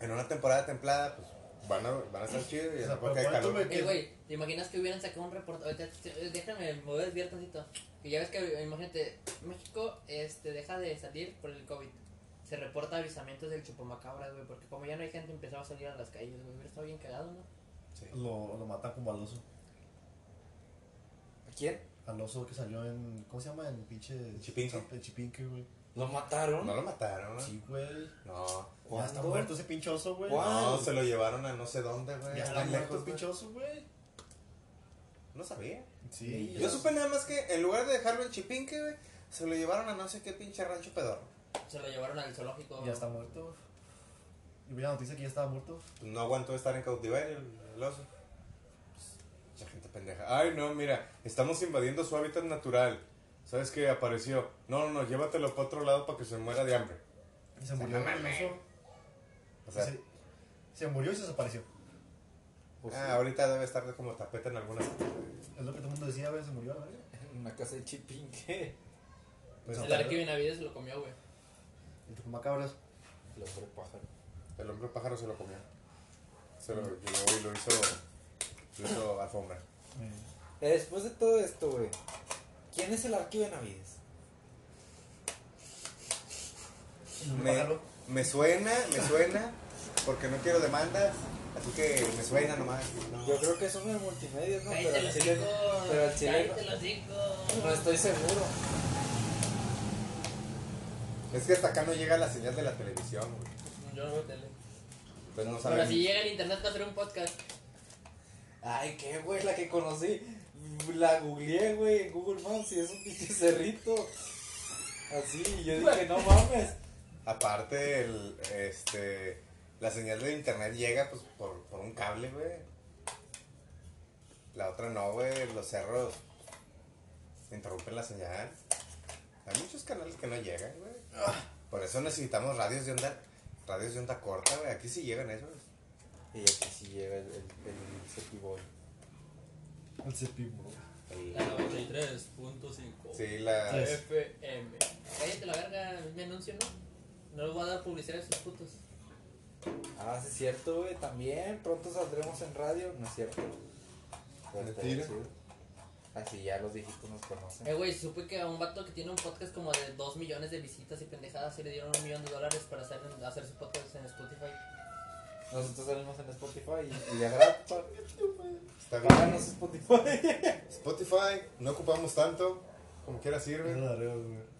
Speaker 4: En una temporada templada, pues van a, van a estar chidos
Speaker 3: O
Speaker 4: y en
Speaker 3: sea,
Speaker 4: época de
Speaker 3: pero pon tú,
Speaker 4: calor.
Speaker 3: güey,
Speaker 2: Eh, güey, ¿te imaginas que hubieran sacado un reportaje? eh, Déjame mover bien tantito. Que ya ves que, imagínate, México este, deja de salir por el COVID. Se reporta avisamientos del chupamacabras, güey, porque como ya no hay gente, empezaba a salir a las calles, güey. Hubiera estado bien cagado, ¿no?
Speaker 4: Sí.
Speaker 3: Lo, lo matan como al oso.
Speaker 1: ¿A quién?
Speaker 3: Al oso que salió en. ¿Cómo se llama? En pinche.
Speaker 4: Chipinque. Ah.
Speaker 3: En Chipinque, güey.
Speaker 1: ¿Lo mataron?
Speaker 4: pues, No lo mataron, ¿no?
Speaker 3: Sí, güey.
Speaker 4: No.
Speaker 3: Ya está
Speaker 1: ¿Cuándo?
Speaker 3: muerto ese pinche oso, güey.
Speaker 1: ¿Cuál?
Speaker 4: No, se lo llevaron a no sé dónde, güey.
Speaker 3: Ya está
Speaker 4: tan
Speaker 3: muerto el
Speaker 4: güey.
Speaker 3: pinche oso, güey.
Speaker 4: No sabía.
Speaker 3: Sí.
Speaker 4: Yo supe nada más que en lugar de dejarlo en Chipinque, güey, se lo llevaron a no sé qué pinche rancho pedorro.
Speaker 2: Se lo llevaron al zoológico.
Speaker 3: Ya está muerto. Y vi la noticia que ya estaba muerto.
Speaker 4: No aguantó estar en cautiverio el, el oso. Mucha gente pendeja. Ay, no, mira, estamos invadiendo su hábitat natural. ¿Sabes qué? Apareció. No, no, no, llévatelo para otro lado para que se muera de hambre.
Speaker 3: Y se murió
Speaker 4: no
Speaker 3: güey,
Speaker 4: mames.
Speaker 3: eso.
Speaker 4: O sea,
Speaker 3: se, se murió y se desapareció.
Speaker 1: Pues,
Speaker 4: ah, ahorita debe estar como tapete en algunas.
Speaker 3: Es lo que todo el mundo decía, güey, se murió a la verga.
Speaker 1: en una casa de chipinque.
Speaker 3: Pues,
Speaker 2: El
Speaker 3: hasta-
Speaker 2: arquivo Benavides lo comió, güey.
Speaker 3: El Tucumacabras.
Speaker 1: Lo fue pájaro.
Speaker 4: El hombre pájaro se lo comió. Se lo llevó y lo hizo. Lo hizo alfombra.
Speaker 3: Eh,
Speaker 1: Eh, Después de todo esto, güey, ¿quién es el arquivo de Navides?
Speaker 3: el hombre
Speaker 4: Me,
Speaker 3: pájaro.
Speaker 4: me suena, me suena, porque no quiero demandas, así que me suena nomás. No.
Speaker 1: Yo creo que es uno de multimedia, ¿no? Pero
Speaker 2: Cállate
Speaker 1: al
Speaker 2: los
Speaker 1: chile,
Speaker 2: hijos.
Speaker 1: pero al chile
Speaker 2: Cállate los
Speaker 1: no, no
Speaker 2: hijos.
Speaker 1: estoy seguro.
Speaker 4: Es que hasta acá no llega la señal de la televisión, güey.
Speaker 2: Yo no veo tele.
Speaker 4: Entonces no
Speaker 2: Pero
Speaker 4: sabemos.
Speaker 2: si llega el internet va a hacer un podcast.
Speaker 1: Ay, qué güey, la que conocí. La googleé, güey, en Google Maps y es un pinche cerrito. Así, y yo dije, no mames.
Speaker 4: Aparte, el, este, la señal de internet llega pues, por, por un cable, güey. La otra no, güey. Los cerros interrumpen la señal. Hay muchos canales que no llegan, güey. Por eso necesitamos radios de onda, radios de onda corta, güey. Aquí sí llegan esos.
Speaker 1: Y aquí sí llega el, el, el Cepiboy.
Speaker 3: El cepillo.
Speaker 4: El-
Speaker 2: La 93.5.
Speaker 4: Sí, la.
Speaker 3: Sí.
Speaker 2: FM. Cállate la verga, es mi anuncio, ¿no? No les voy a dar publicidad a esos putos.
Speaker 1: Ah, sí es cierto, güey, también. Pronto saldremos en radio, no es cierto. Pero estaría
Speaker 4: Mentira.
Speaker 1: chido. Así ya los viejitos nos conocen.
Speaker 2: Eh, güey, supe que a un vato que tiene un podcast como de 2 millones de visitas y pendejadas se le dieron un millón de dólares para hacer, hacer su podcast en Spotify.
Speaker 1: Nosotros salimos en Spotify y, y de gratis.
Speaker 4: Está bien.
Speaker 1: Páganos Spotify.
Speaker 4: Spotify, no ocupamos tanto. Como quiera
Speaker 3: Es
Speaker 4: sirve.
Speaker 3: la verga, güey.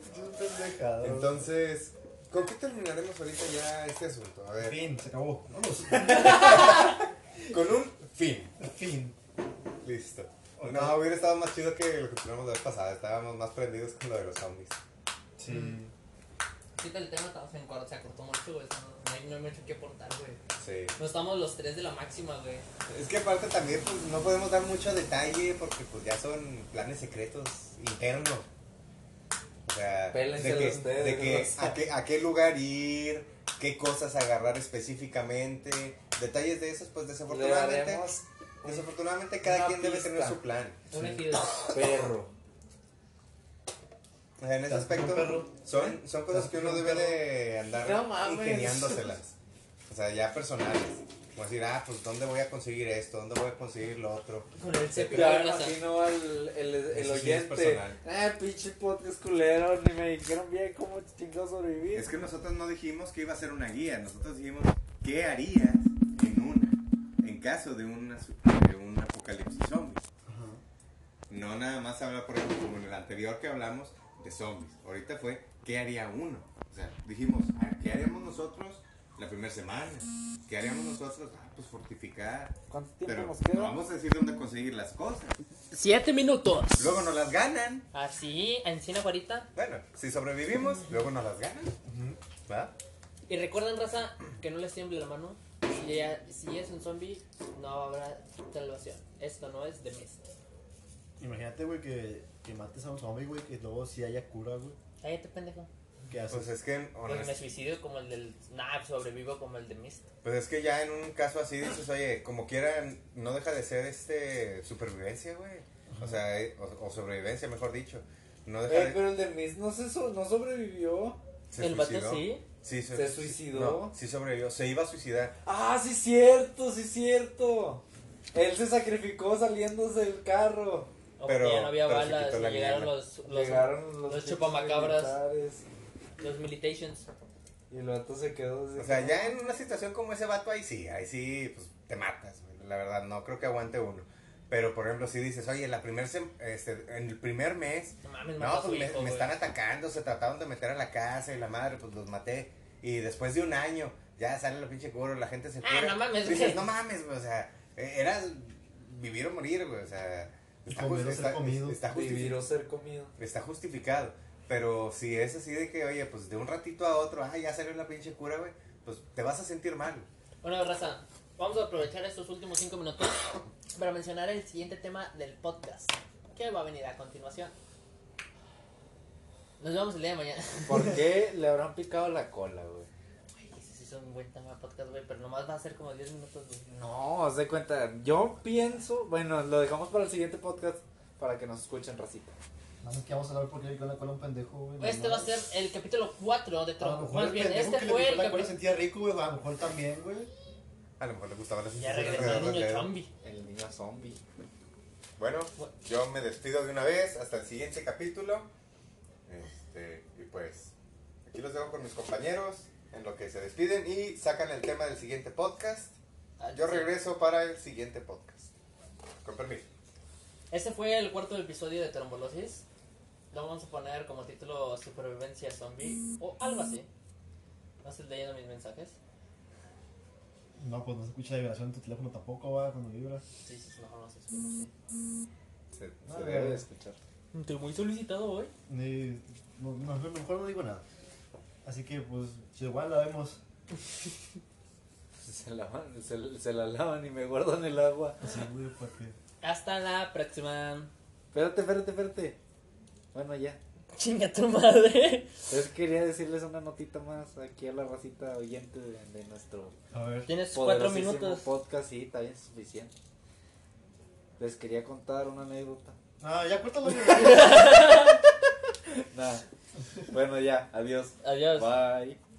Speaker 3: Es un pendejado.
Speaker 4: Entonces, ¿con qué terminaremos ahorita ya este asunto? A ver,
Speaker 3: Fin, se acabó. Vamos.
Speaker 4: con un fin.
Speaker 3: fin.
Speaker 4: Listo.
Speaker 3: Ok.
Speaker 4: No, hubiera estado más chido que lo que tuvimos la vez pasada. Estábamos más prendidos con lo de los zombies.
Speaker 3: Sí.
Speaker 2: Quita Mm. el tema, estamos en cuarto, se acortó mucho, güey. No, no hay, no hay mucho que aportar, güey.
Speaker 4: Sí.
Speaker 2: No estamos los tres de la máxima, güey.
Speaker 4: Es que aparte también pues, no podemos dar mucho detalle porque pues ya son planes secretos internos. O sea,
Speaker 1: Pélense
Speaker 4: de que,
Speaker 1: ustedes,
Speaker 4: de que
Speaker 1: ¿no?
Speaker 4: a, qué, a qué lugar ir, qué cosas agarrar específicamente, detalles de esos, pues
Speaker 1: Le
Speaker 4: desafortunadamente,
Speaker 1: daremos
Speaker 4: desafortunadamente cada
Speaker 1: una
Speaker 4: quien debe tener
Speaker 1: pista.
Speaker 4: su plan.
Speaker 2: Un
Speaker 3: Sí.
Speaker 2: ejido.
Speaker 1: perro.
Speaker 4: O sea, en ese
Speaker 3: ¿Estás con un perro?
Speaker 4: aspecto, son, son cosas que uno debe de andar
Speaker 1: No mames.
Speaker 4: ingeniándoselas. O sea, ya personales. Como decir, ah, pues, ¿dónde voy a conseguir esto? ¿Dónde voy a conseguir lo otro?
Speaker 2: Con el
Speaker 1: Se
Speaker 2: cepillo
Speaker 1: ya
Speaker 2: de
Speaker 1: me
Speaker 2: raza.
Speaker 1: imagino al el,
Speaker 4: Eso
Speaker 1: el
Speaker 4: sí es
Speaker 1: oyente.
Speaker 4: personal.
Speaker 1: ah, pinche podcast culero. Ni me dijeron bien cómo chingados sobrevivir.
Speaker 4: Es que nosotros no dijimos que iba a ser una guía, nosotros dijimos qué harías en una, en caso de, una, su- de un apocalipsis zombie. No nada más hablar, por ejemplo, como en el anterior que hablamos de zombies. Ahorita fue qué haría uno. O sea, dijimos, ah, ¿qué haríamos nosotros la primera semana? ¿Qué haríamos nosotros? Ah, pues fortificar.
Speaker 1: ¿Cuánto tiempo
Speaker 4: Pero
Speaker 1: nos
Speaker 4: no
Speaker 1: queda?
Speaker 4: vamos a decir dónde conseguir las cosas.
Speaker 2: Siete minutos.
Speaker 4: Luego nos las ganan.
Speaker 2: Ah, Así, encina guarita.
Speaker 4: Bueno, si sobrevivimos, luego nos las ganan. ¿Verdad?
Speaker 2: Y recuerden, raza, que no les tiemble la mano. Si, ya- si es un zombie, no habrá salvación. Esto no es de Mist.
Speaker 3: Imagínate, güey, que, que mates a un zombie, güey, que luego sí haya cura, güey.
Speaker 2: Cállate, pendejo.
Speaker 3: ¿Qué haces?
Speaker 4: Pues es que,
Speaker 2: Pues me
Speaker 4: honest-
Speaker 2: suicidio como el del. Nah, sobrevivo como el de Mist.
Speaker 4: pues es que ya en un caso así dices, oye, como quieran, no deja de ser este supervivencia, güey. O sea, eh, o, o sobrevivencia, mejor dicho. No deja
Speaker 1: Eh,
Speaker 4: de...
Speaker 1: pero el de Miss no, se so- no sobrevivió.
Speaker 4: se
Speaker 2: el vato
Speaker 4: suicidó.
Speaker 2: sí.
Speaker 4: Sí,
Speaker 1: ¿Se
Speaker 4: sí,
Speaker 1: suicidó?
Speaker 4: no, sí sobrevivió. Se iba a suicidar.
Speaker 1: Ah, sí, cierto, sí, cierto. Él se sacrificó saliéndose del carro.
Speaker 2: O
Speaker 4: Pero-
Speaker 2: porque ya no había
Speaker 4: pero se
Speaker 2: balas,
Speaker 4: quitó la
Speaker 2: llegaron
Speaker 4: mierda.
Speaker 2: los, los,
Speaker 1: Llegaron los,
Speaker 2: los
Speaker 1: pinches
Speaker 2: chupamacabras.
Speaker 1: militares
Speaker 2: los militations.
Speaker 1: Y el vato se quedó. así
Speaker 4: O sea,
Speaker 1: como-
Speaker 4: ya en una situación como ese vato, ahí sí, ahí sí, pues te matas, güey. La verdad, no creo que aguante uno. Pero, por ejemplo, si dices, oye, la primer sem- este, en el primer mes
Speaker 2: No mames, mató
Speaker 4: No,
Speaker 2: a su
Speaker 4: pues me,
Speaker 2: hijo,
Speaker 4: me
Speaker 2: güey.
Speaker 4: están atacando, se trataron de meter a la casa y la madre, pues los maté. Y después de un año, ya sale la pinche cura, la gente se
Speaker 2: Ah, no mames,
Speaker 4: Dices,
Speaker 2: güey.
Speaker 4: no mames, güey, o sea, eh, era vivir o morir, güey, o sea.
Speaker 3: Y comer o ser comido.
Speaker 4: está justifi-
Speaker 1: Vivir o ser comido.
Speaker 4: está justificado. Pero si es así de que, oye, pues de un ratito a otro, ah, ya salió la pinche cura, güey, pues te vas a sentir mal.
Speaker 2: Bueno, raza, vamos a aprovechar estos últimos cinco minutos para mencionar el siguiente tema del podcast, que va a venir a continuación. Nos vemos el día de mañana.
Speaker 1: ¿Por qué le habrán picado la cola, güey?
Speaker 2: Güey, ese sí es un buen tema de podcast, güey, pero nomás va a ser como 10 minutos, güey.
Speaker 1: No, haz de cuenta. Yo pienso. Bueno, lo dejamos para el siguiente podcast para que nos escuchen, racita.
Speaker 3: Más que vamos a hablar porque le picó la cola a un pendejo, güey.
Speaker 2: Este va a ser el capítulo 4 de
Speaker 3: A lo
Speaker 2: Tron.
Speaker 3: mejor
Speaker 2: Más
Speaker 3: el
Speaker 2: bien,
Speaker 3: pendejo
Speaker 2: este
Speaker 3: Ah, que le
Speaker 2: fue
Speaker 3: picó
Speaker 2: el
Speaker 3: la cola
Speaker 2: capítulo.
Speaker 3: sentía rico, güey. A lo mejor también, güey.
Speaker 4: A lo mejor le gustaban las
Speaker 2: Ya
Speaker 4: sensaciones
Speaker 2: regresó el
Speaker 4: alrededor
Speaker 2: niño
Speaker 4: de él.
Speaker 2: zombie.
Speaker 1: El niño zombie.
Speaker 4: Bueno, yo me despido de una vez. Hasta el siguiente capítulo. Este, y pues, aquí los dejo con mis compañeros en lo que se despiden y sacan el tema del siguiente podcast.
Speaker 2: Ah,
Speaker 4: Yo regreso para el siguiente podcast. Con permiso.
Speaker 2: Este fue el cuarto episodio de Trombolosis. Lo vamos a poner como título Supervivencia Zombie o algo así. No estoy leyendo mis mensajes.
Speaker 3: No, pues no se escucha la vibración en tu teléfono tampoco, va, cuando vibra.
Speaker 2: Sí, sí, sí, mejor no se escucha, sí.
Speaker 4: Se, se
Speaker 3: Ah,
Speaker 4: debe de
Speaker 3: eh.
Speaker 4: escuchar.
Speaker 2: Estoy muy solicitado hoy.
Speaker 3: Ni- no, no, mejor no digo nada. Así que, pues, igual la vemos.
Speaker 1: Se, lavan, se, se la lavan y me guardan el agua.
Speaker 3: Así, güey, porque.
Speaker 2: Hasta la próxima.
Speaker 1: Espérate, espérate, espérate. Bueno, ya.
Speaker 2: Chinga tu madre.
Speaker 1: Es que quería decirles una notita más aquí a la racita oyente de, de nuestro
Speaker 3: A ver.
Speaker 2: Tienes cuatro
Speaker 1: poderosísimo
Speaker 2: minutos.
Speaker 1: podcast. Sí, está bien suficiente. Les quería contar una anécdota.
Speaker 3: No, Ah, ya cuéntalo, güey.
Speaker 1: Nada. Bueno, ya. Adiós.
Speaker 2: Adiós.
Speaker 1: Bye.